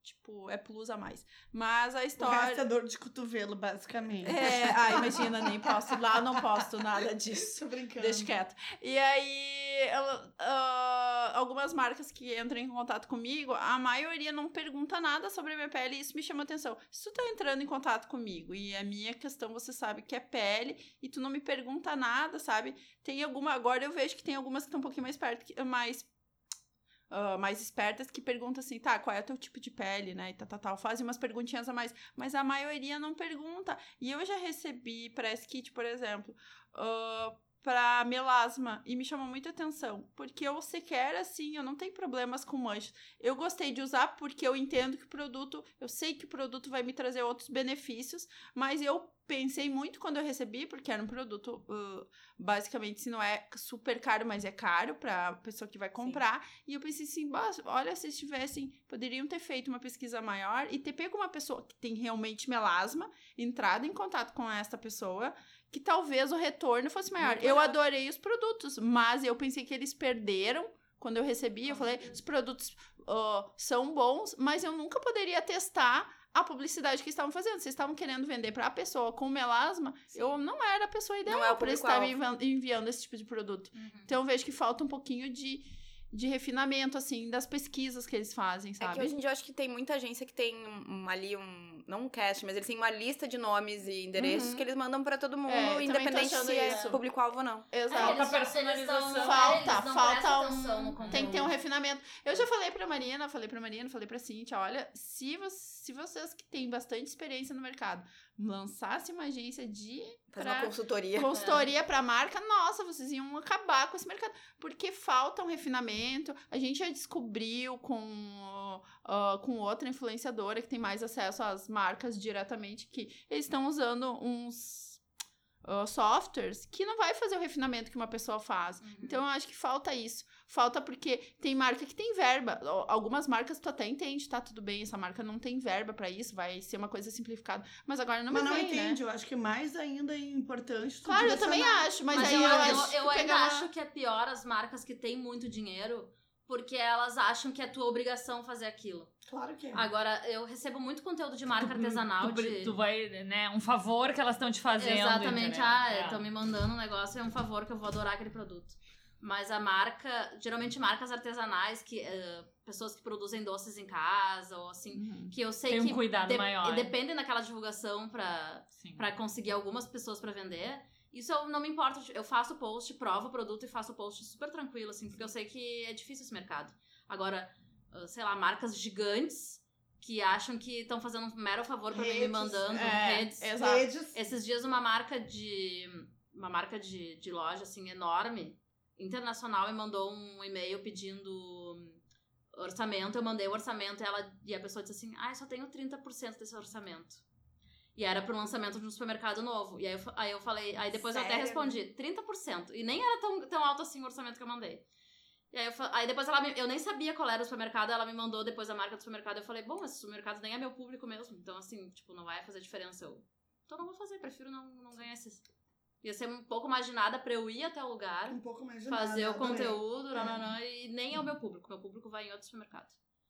S4: Tipo, é plus a mais. Mas a
S3: O resto é
S4: história.
S3: dor de cotovelo, basicamente.
S4: É, ai, imagina, nem posto. Lá eu não posto nada disso.
S3: Tô brincando.
S4: Deixa quieto. E aí, ela- ah, algumas marcas que entram em contato comigo, a maioria não pergunta nada sobre a minha pele e isso me chama atenção. Se tu tá entrando em contato comigo e a minha questão, você sabe que é pele e tu não me pergunta nada, sabe? Tem alguma. Agora eu vejo que tem algumas que estão um pouquinho mais perto, que- mais. ah, mais espertas que perguntam assim, tá, qual é o teu tipo de pele, né? E tal, tal, tal. Fazem umas perguntinhas a mais. Mas a maioria não pergunta. E eu já recebi press kit, por exemplo, ah, pra melasma e me chamou muita atenção, porque eu sequer assim, eu não tenho problemas com manchas. Eu gostei de usar porque eu entendo que o produto, eu sei que o produto vai me trazer outros benefícios, mas eu pensei muito quando eu recebi, porque era um produto ãh, basicamente se não é super caro, mas é caro pra pessoa que vai comprar, e eu pensei assim, "Bah, olha se estivessem, poderiam ter feito uma pesquisa maior e ter pego uma pessoa que tem realmente melasma, entrado em contato com esta pessoa que talvez o retorno fosse maior. Eu adorei os produtos, mas eu pensei que eles perderam quando eu recebi.
S1: Ah.
S4: Eu falei, os produtos ó, são bons, mas eu nunca poderia testar a publicidade que estavam fazendo. Vocês estavam querendo vender para a pessoa com melasma. Eu não era a pessoa
S1: Não é
S4: ideal
S1: o
S4: para estar me
S1: público-alvo. Uhum.
S4: envi- enviando esse tipo de produto. Então eu vejo que falta um pouquinho de, de refinamento, assim, das pesquisas que eles fazem,
S1: É
S4: sabe?
S1: que hoje em dia eu acho que tem muita agência que tem um- um- ali um. Não um cast, mas eles têm uma lista de nomes e endereços
S4: Uhum.
S1: que eles mandam pra todo mundo,
S4: É, também tô
S1: independente
S4: achando
S1: se é
S4: isso.
S1: público-alvo ou não.
S4: Exato.
S10: Falta
S5: É, eles não-
S10: personalização.
S5: eles não-
S4: Falta,
S5: eles não
S4: falta
S5: prestam
S4: um-
S5: atenção no
S4: Tem que ter
S5: conteúdo.
S4: um refinamento. Eu já falei pra Marina, falei pra Marina, falei pra Cintia, olha, se, vo- se vocês que têm bastante experiência no mercado lançassem uma agência de
S1: Faz
S4: pra-
S1: uma consultoria.
S4: consultoria pra marca, nossa, vocês iam acabar com esse mercado. Porque falta um refinamento. A gente já descobriu com, ah, com outra influenciadora que tem mais acesso às marcas diretamente que eles estão usando uns
S3: Uhum.
S4: ah, softwares que não vai fazer o refinamento que uma pessoa faz. Então eu acho que falta isso.
S11: Falta porque tem marca que tem verba. Al- Algumas marcas tu até entende, tá tudo bem, essa marca não tem verba pra isso, vai ser uma coisa simplificada. Mas agora não
S3: Mas
S11: me
S3: não
S11: vem, né?
S3: entende, eu acho que mais ainda é importante. tu
S11: Claro, eu também
S3: direcionar.
S11: acho, mas,
S5: Mas,
S11: aí
S5: eu,
S11: eu,
S5: eu-
S11: acho que
S5: eu ainda
S11: pegar uma-
S5: acho que é pior as marcas que têm muito dinheiro, porque elas acham que é tua obrigação fazer aquilo.
S3: Claro que é.
S5: Agora, eu recebo muito conteúdo de marca
S2: Tu-
S5: artesanal
S2: tu,
S5: de.
S2: tu vai, né? Um favor que elas estão te fazendo.
S5: Exatamente,
S2: entendeu?
S5: ah,
S2: É.
S5: estão me mandando um negócio, é um favor que eu vou adorar aquele produto. Mas a marca, geralmente marcas artesanais, que eh, pessoas que produzem doces em casa, ou assim,
S2: Uhum.
S5: que eu sei
S2: Tem um
S5: que
S2: cuidado maior.
S5: dependem daquela divulgação pra,
S2: Sim.
S5: Pra conseguir algumas pessoas pra vender. Isso eu não me importo, tipo, eu faço post, provo o produto e faço post super tranquilo, assim, porque eu sei que é difícil esse mercado. Agora, ah, sei lá, marcas gigantes que acham que estão fazendo um mero favor pra mim me
S3: Redes,
S5: mandando
S11: é,
S5: redes.
S11: Exato.
S3: Redes.
S5: Esses dias uma marca de uma marca de, de loja assim enorme, internacional, me mandou um e-mail pedindo hum, orçamento. Eu mandei o orçamento e ela e a pessoa disse assim: "Ah, eu só tenho 30% desse orçamento". E era pro lançamento de um supermercado novo. E aí eu, fa- aí eu falei, aí depois eu até
S1: Sério?
S5: respondi 30%. E nem era tão, tão alto assim o orçamento que eu mandei. E aí, eu, fa- aí depois ela me, eu nem sabia qual era o supermercado, ela me mandou depois a marca do supermercado. Eu falei, bom, esse supermercado nem é meu público mesmo. Então, assim, tipo, não vai fazer diferença eu então não vou fazer, prefiro não, não ganhar esses. Ia ser um pouco imaginada pra eu ir até o lugar,
S3: Um pouco mais de
S5: fazer
S3: nada,
S5: o
S3: também.
S5: conteúdo,
S3: É.
S5: nananã, e nem é o meu público. Meu público vai em outro supermercado.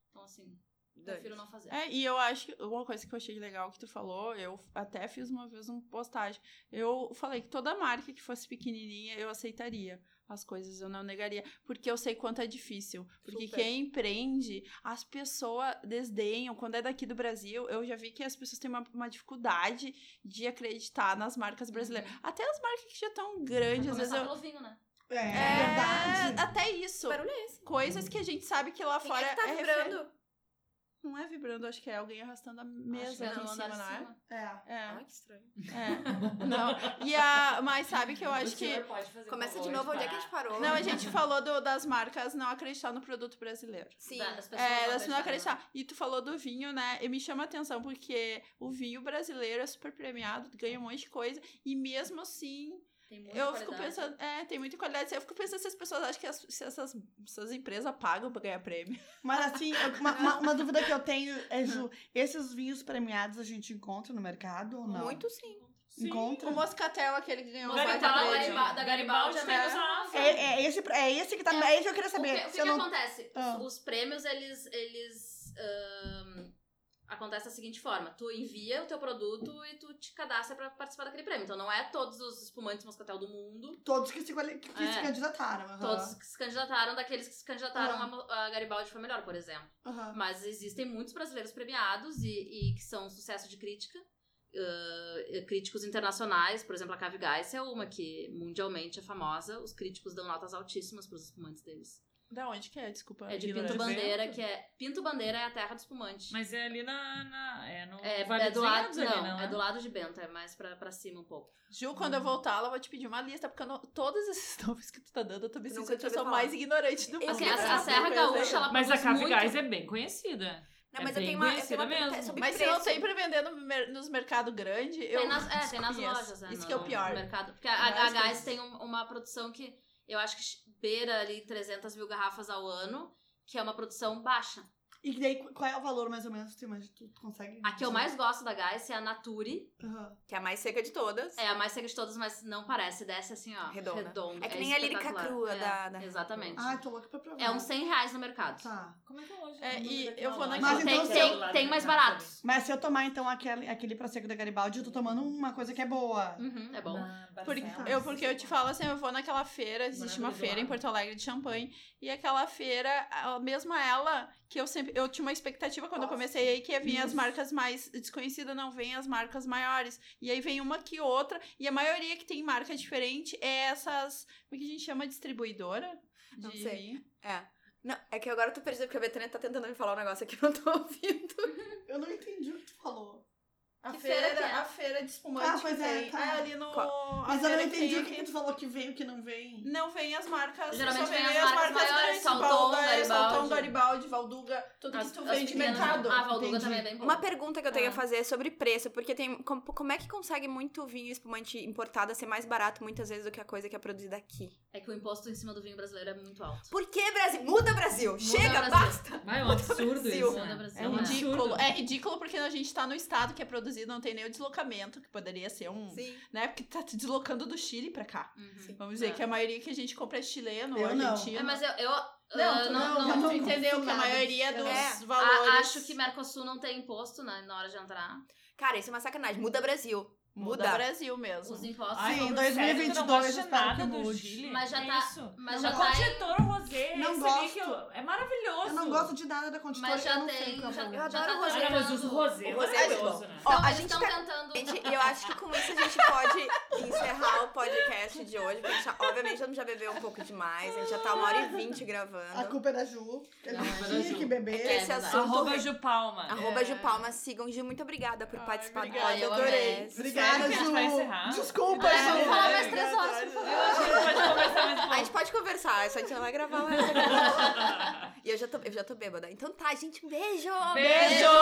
S5: Então, assim, prefiro não fazer.
S4: É, e eu acho que uma coisa que eu achei legal que tu falou, eu até fiz uma vez uma postagem. Eu falei que toda marca que fosse pequenininha eu aceitaria. As coisas eu não negaria, porque eu sei quanto é difícil. Porque
S11: Super.
S4: quem empreende, as pessoas desdenham. Quando é daqui do Brasil, eu já vi que as pessoas têm uma, uma dificuldade de acreditar nas marcas brasileiras.
S1: Uhum.
S4: Até as marcas que já estão grandes, às vezes
S5: Começar
S4: eu.
S5: pelo vinho, né?
S3: É,
S4: É,
S3: verdade.
S4: até isso.
S1: barulho é esse?
S4: Coisas que a gente sabe que lá
S1: Quem
S4: fora
S1: é que tá
S4: refer-
S1: vibrando?
S4: Não é vibrando, acho que é alguém arrastando a
S5: Acho
S4: mesa
S5: que era
S4: aqui em
S5: no andar assim.
S4: cima,
S5: de
S4: não é?
S5: cima.
S3: É.
S4: É,
S1: Ai, que estranho.
S4: é. Não. E a, mas sabe que eu acho que.
S1: Começa de novo, onde é que a
S2: tá?
S1: gente parou?
S4: Não, a gente falou do- das marcas não acreditar no produto brasileiro.
S1: Sim.
S5: Da- das pessoas
S4: É, elas não
S5: acreditarem, né?
S4: acreditar. E tu falou do vinho, né? E me chama a atenção, porque o vinho brasileiro é super premiado, ganha um monte de coisa. E mesmo assim,
S5: Tem muita
S4: eu fico
S5: qualidade.
S4: pensando. É, tem muita qualidade. Eu fico pensando se as pessoas acham que as- se essas, essas empresas pagam pra ganhar prêmio.
S3: Mas assim, eu- uma, uma- uma dúvida que eu tenho é, Ju, esses vinhos premiados a gente encontra no mercado ou não?
S1: Muito sim.
S3: Encontra?
S4: O Moscatel, aquele que ganhou o é
S5: Você
S2: Garibaldi,
S5: fala
S2: né?
S5: Gariba- da Garibaldi,
S2: Garibaldi tá
S5: né?
S2: tem os
S3: É, é esse, é esse que tá. É, esse que eu queria
S5: O que,
S3: saber.
S5: o que
S3: se eu
S5: que
S3: não-
S5: acontece? Os-
S3: Ah.
S5: Os, prêmios, eles. eles ahn, acontece da seguinte forma: tu envia o teu produto e tu te cadastra pra participar daquele prêmio. Então não é todos os espumantes moscatel do mundo,
S3: Todos que se, quali- que se
S5: É.
S3: candidataram. aham.
S5: todos que se candidataram, daqueles que se candidataram
S3: Ah.
S5: a mo- a, Garibaldi foi melhor, por exemplo.
S3: Aham.
S5: Mas existem muitos brasileiros premiados e, e que são um sucesso de crítica. ah, críticos internacionais, por exemplo, a Cave Geisser é uma que mundialmente é famosa. Os críticos dão notas altíssimas pros espumantes deles.
S4: Da onde que é? Desculpa.
S5: É de
S4: ignorante.
S5: Pinto Bandeira, que é. Pinto Bandeira é a terra do espumante.
S2: Mas é ali na. na- é no
S5: é,
S2: Vale
S5: é do
S2: dos
S5: lado,
S2: Vinhedos ali,
S5: não,
S2: não
S5: é
S2: é?
S5: do lado de Bento, é mais pra, pra cima um pouco.
S4: Ju, quando eu
S1: Uhum.
S4: voltar, ela vai te pedir uma lista, porque eu não- todos esses nomes que tu tá dando, eu tô me
S1: Tu
S4: sentindo
S1: nunca
S4: a
S1: tinha
S4: pessoa
S1: ouvido
S4: mais
S1: falar. é
S4: ignorante do mundo.
S5: Assim, a- a,
S4: Essa
S5: Serra
S1: né?
S4: coisa aí.
S5: Gaúcha, ela
S2: Mas a
S5: produz
S2: Cave
S5: muito...
S2: Gás é bem conhecida.
S1: Não,
S2: É
S1: mas eu
S2: bem
S1: tenho uma, eu tenho
S2: conhecida
S1: uma pergunta
S2: mesmo.
S1: sobre
S4: Mas se
S1: preço.
S4: não sempre vendendo no mer- nos mercados grandes, eu
S5: Tem nas, é, tem nas
S4: desconheço.
S5: lojas, né?
S4: Isso
S5: no-
S4: que é o pior.
S5: No mercado. Porque a,
S4: Várias
S5: a Gás
S4: coisas.
S5: tem um- uma produção que eu acho que beira ali 300 mil garrafas ao ano, que é uma produção baixa.
S3: E daí, qual é o valor mais ou menos? Tu, imagina, tu consegue.
S5: A que eu mais gosto da Gás é a Nature.
S3: Aham.
S1: Que é a mais seca de todas.
S5: É a mais seca de todas, mas não parece. Desce assim, ó.
S1: Redonda.
S5: redonda.
S1: É que nem a lírica
S5: espetacular.
S1: crua
S5: É,
S1: da- da-
S5: Exatamente.
S3: Ai, Ah, tô louca pra provar.
S5: É uns 100 reais no mercado.
S3: Tá.
S2: Como é que é hoje?
S4: É, e eu vou na-
S3: Mas
S5: tem,
S3: então, se
S5: tem, tem mais baratos.
S3: Mas se eu tomar, então, aquele, aquele prosecco da Garibaldi, eu tô tomando uma coisa que é boa.
S5: Uhum, é bom.
S4: Porque eu, porque eu te falo assim, eu vou naquela feira, existe uma
S2: Maravilha do
S4: feira em
S2: lado.
S4: Porto Alegre de champanhe, e aquela feira, a- mesmo ela, que eu sempre, eu tinha uma expectativa quando eu comecei aí, que vinha as marcas mais desconhecidas, não vem as marcas maiores, e aí vem uma que outra, e a maioria que tem marca diferente é essas, como é que a gente chama, distribuidora?
S1: Não
S4: De
S1: sei.
S4: vinho.
S1: É. Não, é que agora eu tô perdida porque a Betânia tá tentando me falar um negócio aqui que eu não tô ouvindo.
S3: Eu não entendi o que tu falou.
S4: A
S5: Que
S4: feira,
S5: feira que é?
S4: a feira de espumante
S3: Ah, pois
S4: que
S3: é,
S4: tem.
S3: tá.
S4: Ah, ali no. a
S3: Mas eu não
S4: feira que tem
S3: entendi o que,
S4: aqui.
S3: que tu falou que vem e o que não vem.
S4: Não vem as marcas.
S5: Geralmente
S4: só
S5: vem
S4: vem
S5: as marcas maiores,
S4: grandes,
S5: Salton,
S4: Balda, é, Salton,
S5: Garibaldi.
S4: Garibaldi, Valduga, tudo
S5: As-
S4: isso tu
S5: as
S4: vende
S5: pequenas-
S4: mercado.
S5: Ah, Valduga
S3: Entendi.
S5: também é bem boa.
S1: Uma pergunta que eu tenho
S5: Ah.
S1: a fazer é sobre preço, porque tem com- como é que consegue muito vinho espumante importado ser mais barato muitas vezes do que a coisa que é produzida aqui?
S5: É que o imposto em cima do vinho brasileiro é muito alto.
S1: Por que Brasil? Muda Brasil!
S5: Muda
S1: Chega,
S5: Brasil.
S1: basta!
S12: Vai, é um absurdo
S1: Brasil.
S12: isso.
S5: Manda
S12: Né?
S5: Brasil,
S12: É um
S5: né?
S12: absurdo.
S4: Ridículo. É ridículo porque a gente tá no estado que é produzido, não tem nem o deslocamento, que poderia ser um.
S1: Sim.
S4: Né? Porque tá te deslocando do Chile pra cá.
S5: Uhum.
S4: Vamos dizer
S5: É.
S4: que a maioria que a gente compra é chileno ou
S3: Eu não.
S4: argentino.
S5: É, mas eu, eu ah,
S3: Não,
S5: não,
S3: tu não,
S5: não,
S3: eu
S4: Tu
S3: não
S4: entendeu
S3: consigo
S4: que a
S3: nada.
S4: maioria dos
S1: É.
S4: valores.
S5: a- acho que Mercosul não tem imposto né, na hora de entrar.
S1: Cara, isso é uma sacanagem. Muda Brasil.
S4: muda Brasil mesmo.
S5: Os impostos.
S3: Ai,
S5: são-
S3: em
S2: Sim,
S3: 2022
S2: não gosto de
S3: espero que
S2: nada do
S3: mude.
S2: Chile.
S5: Mas já
S2: é
S5: tá-
S2: Isso.
S5: mas
S2: Já
S5: já
S2: o
S5: tá em-
S2: Conditor Rosé,
S3: Não
S2: esse ali
S3: gosto.
S2: que eu- é maravilhoso.
S3: Eu não gosto de nada da conditora,
S5: Mas já
S3: eu não sei
S5: tem.
S3: o que eu
S5: já,
S3: vou.
S5: já
S1: adoro
S5: tá
S1: rosé.
S2: Ah, não, mas os
S5: tentando-
S2: Rosé
S1: O
S2: é
S1: rosé é
S2: maravilhoso, né?
S1: Ó,
S5: Então,
S1: a
S5: eles
S1: gente
S5: estão
S1: tá-
S5: tentando.
S1: Gente, e eu acho que com isso a gente pode encerrar o podcast de hoje, porque a gente, já- obviamente, todo mundo já bebeu um pouco demais, a gente já tá uma hora e vinte
S3: A
S1: gravando.
S3: culpa é da Ju, que
S5: Não, é
S3: ela
S5: da
S3: tinha
S5: Ju.
S3: que beber.
S1: Esse
S5: É,
S1: assunto...
S2: Arroba Jupalma.
S1: Arroba Ju Palma, sigam. Ju, muito obrigada por participar
S5: obrigada,
S1: do
S5: eu
S1: podcast.
S5: amei.
S3: Obrigada,
S2: Sério que a gente vai encerrar?
S3: Ju. Desculpa,
S5: Ah,
S3: Ju.
S5: vamos falar mais três
S3: Obrigada.
S5: horas, por favor.
S2: Eu acho que pode conversar mais um
S1: A
S2: pouco.
S1: gente pode conversar, só a gente não vai gravar mais. e eu já, tô, eu já tô bêbada. Então tá, gente, um beijo!
S2: Beijo!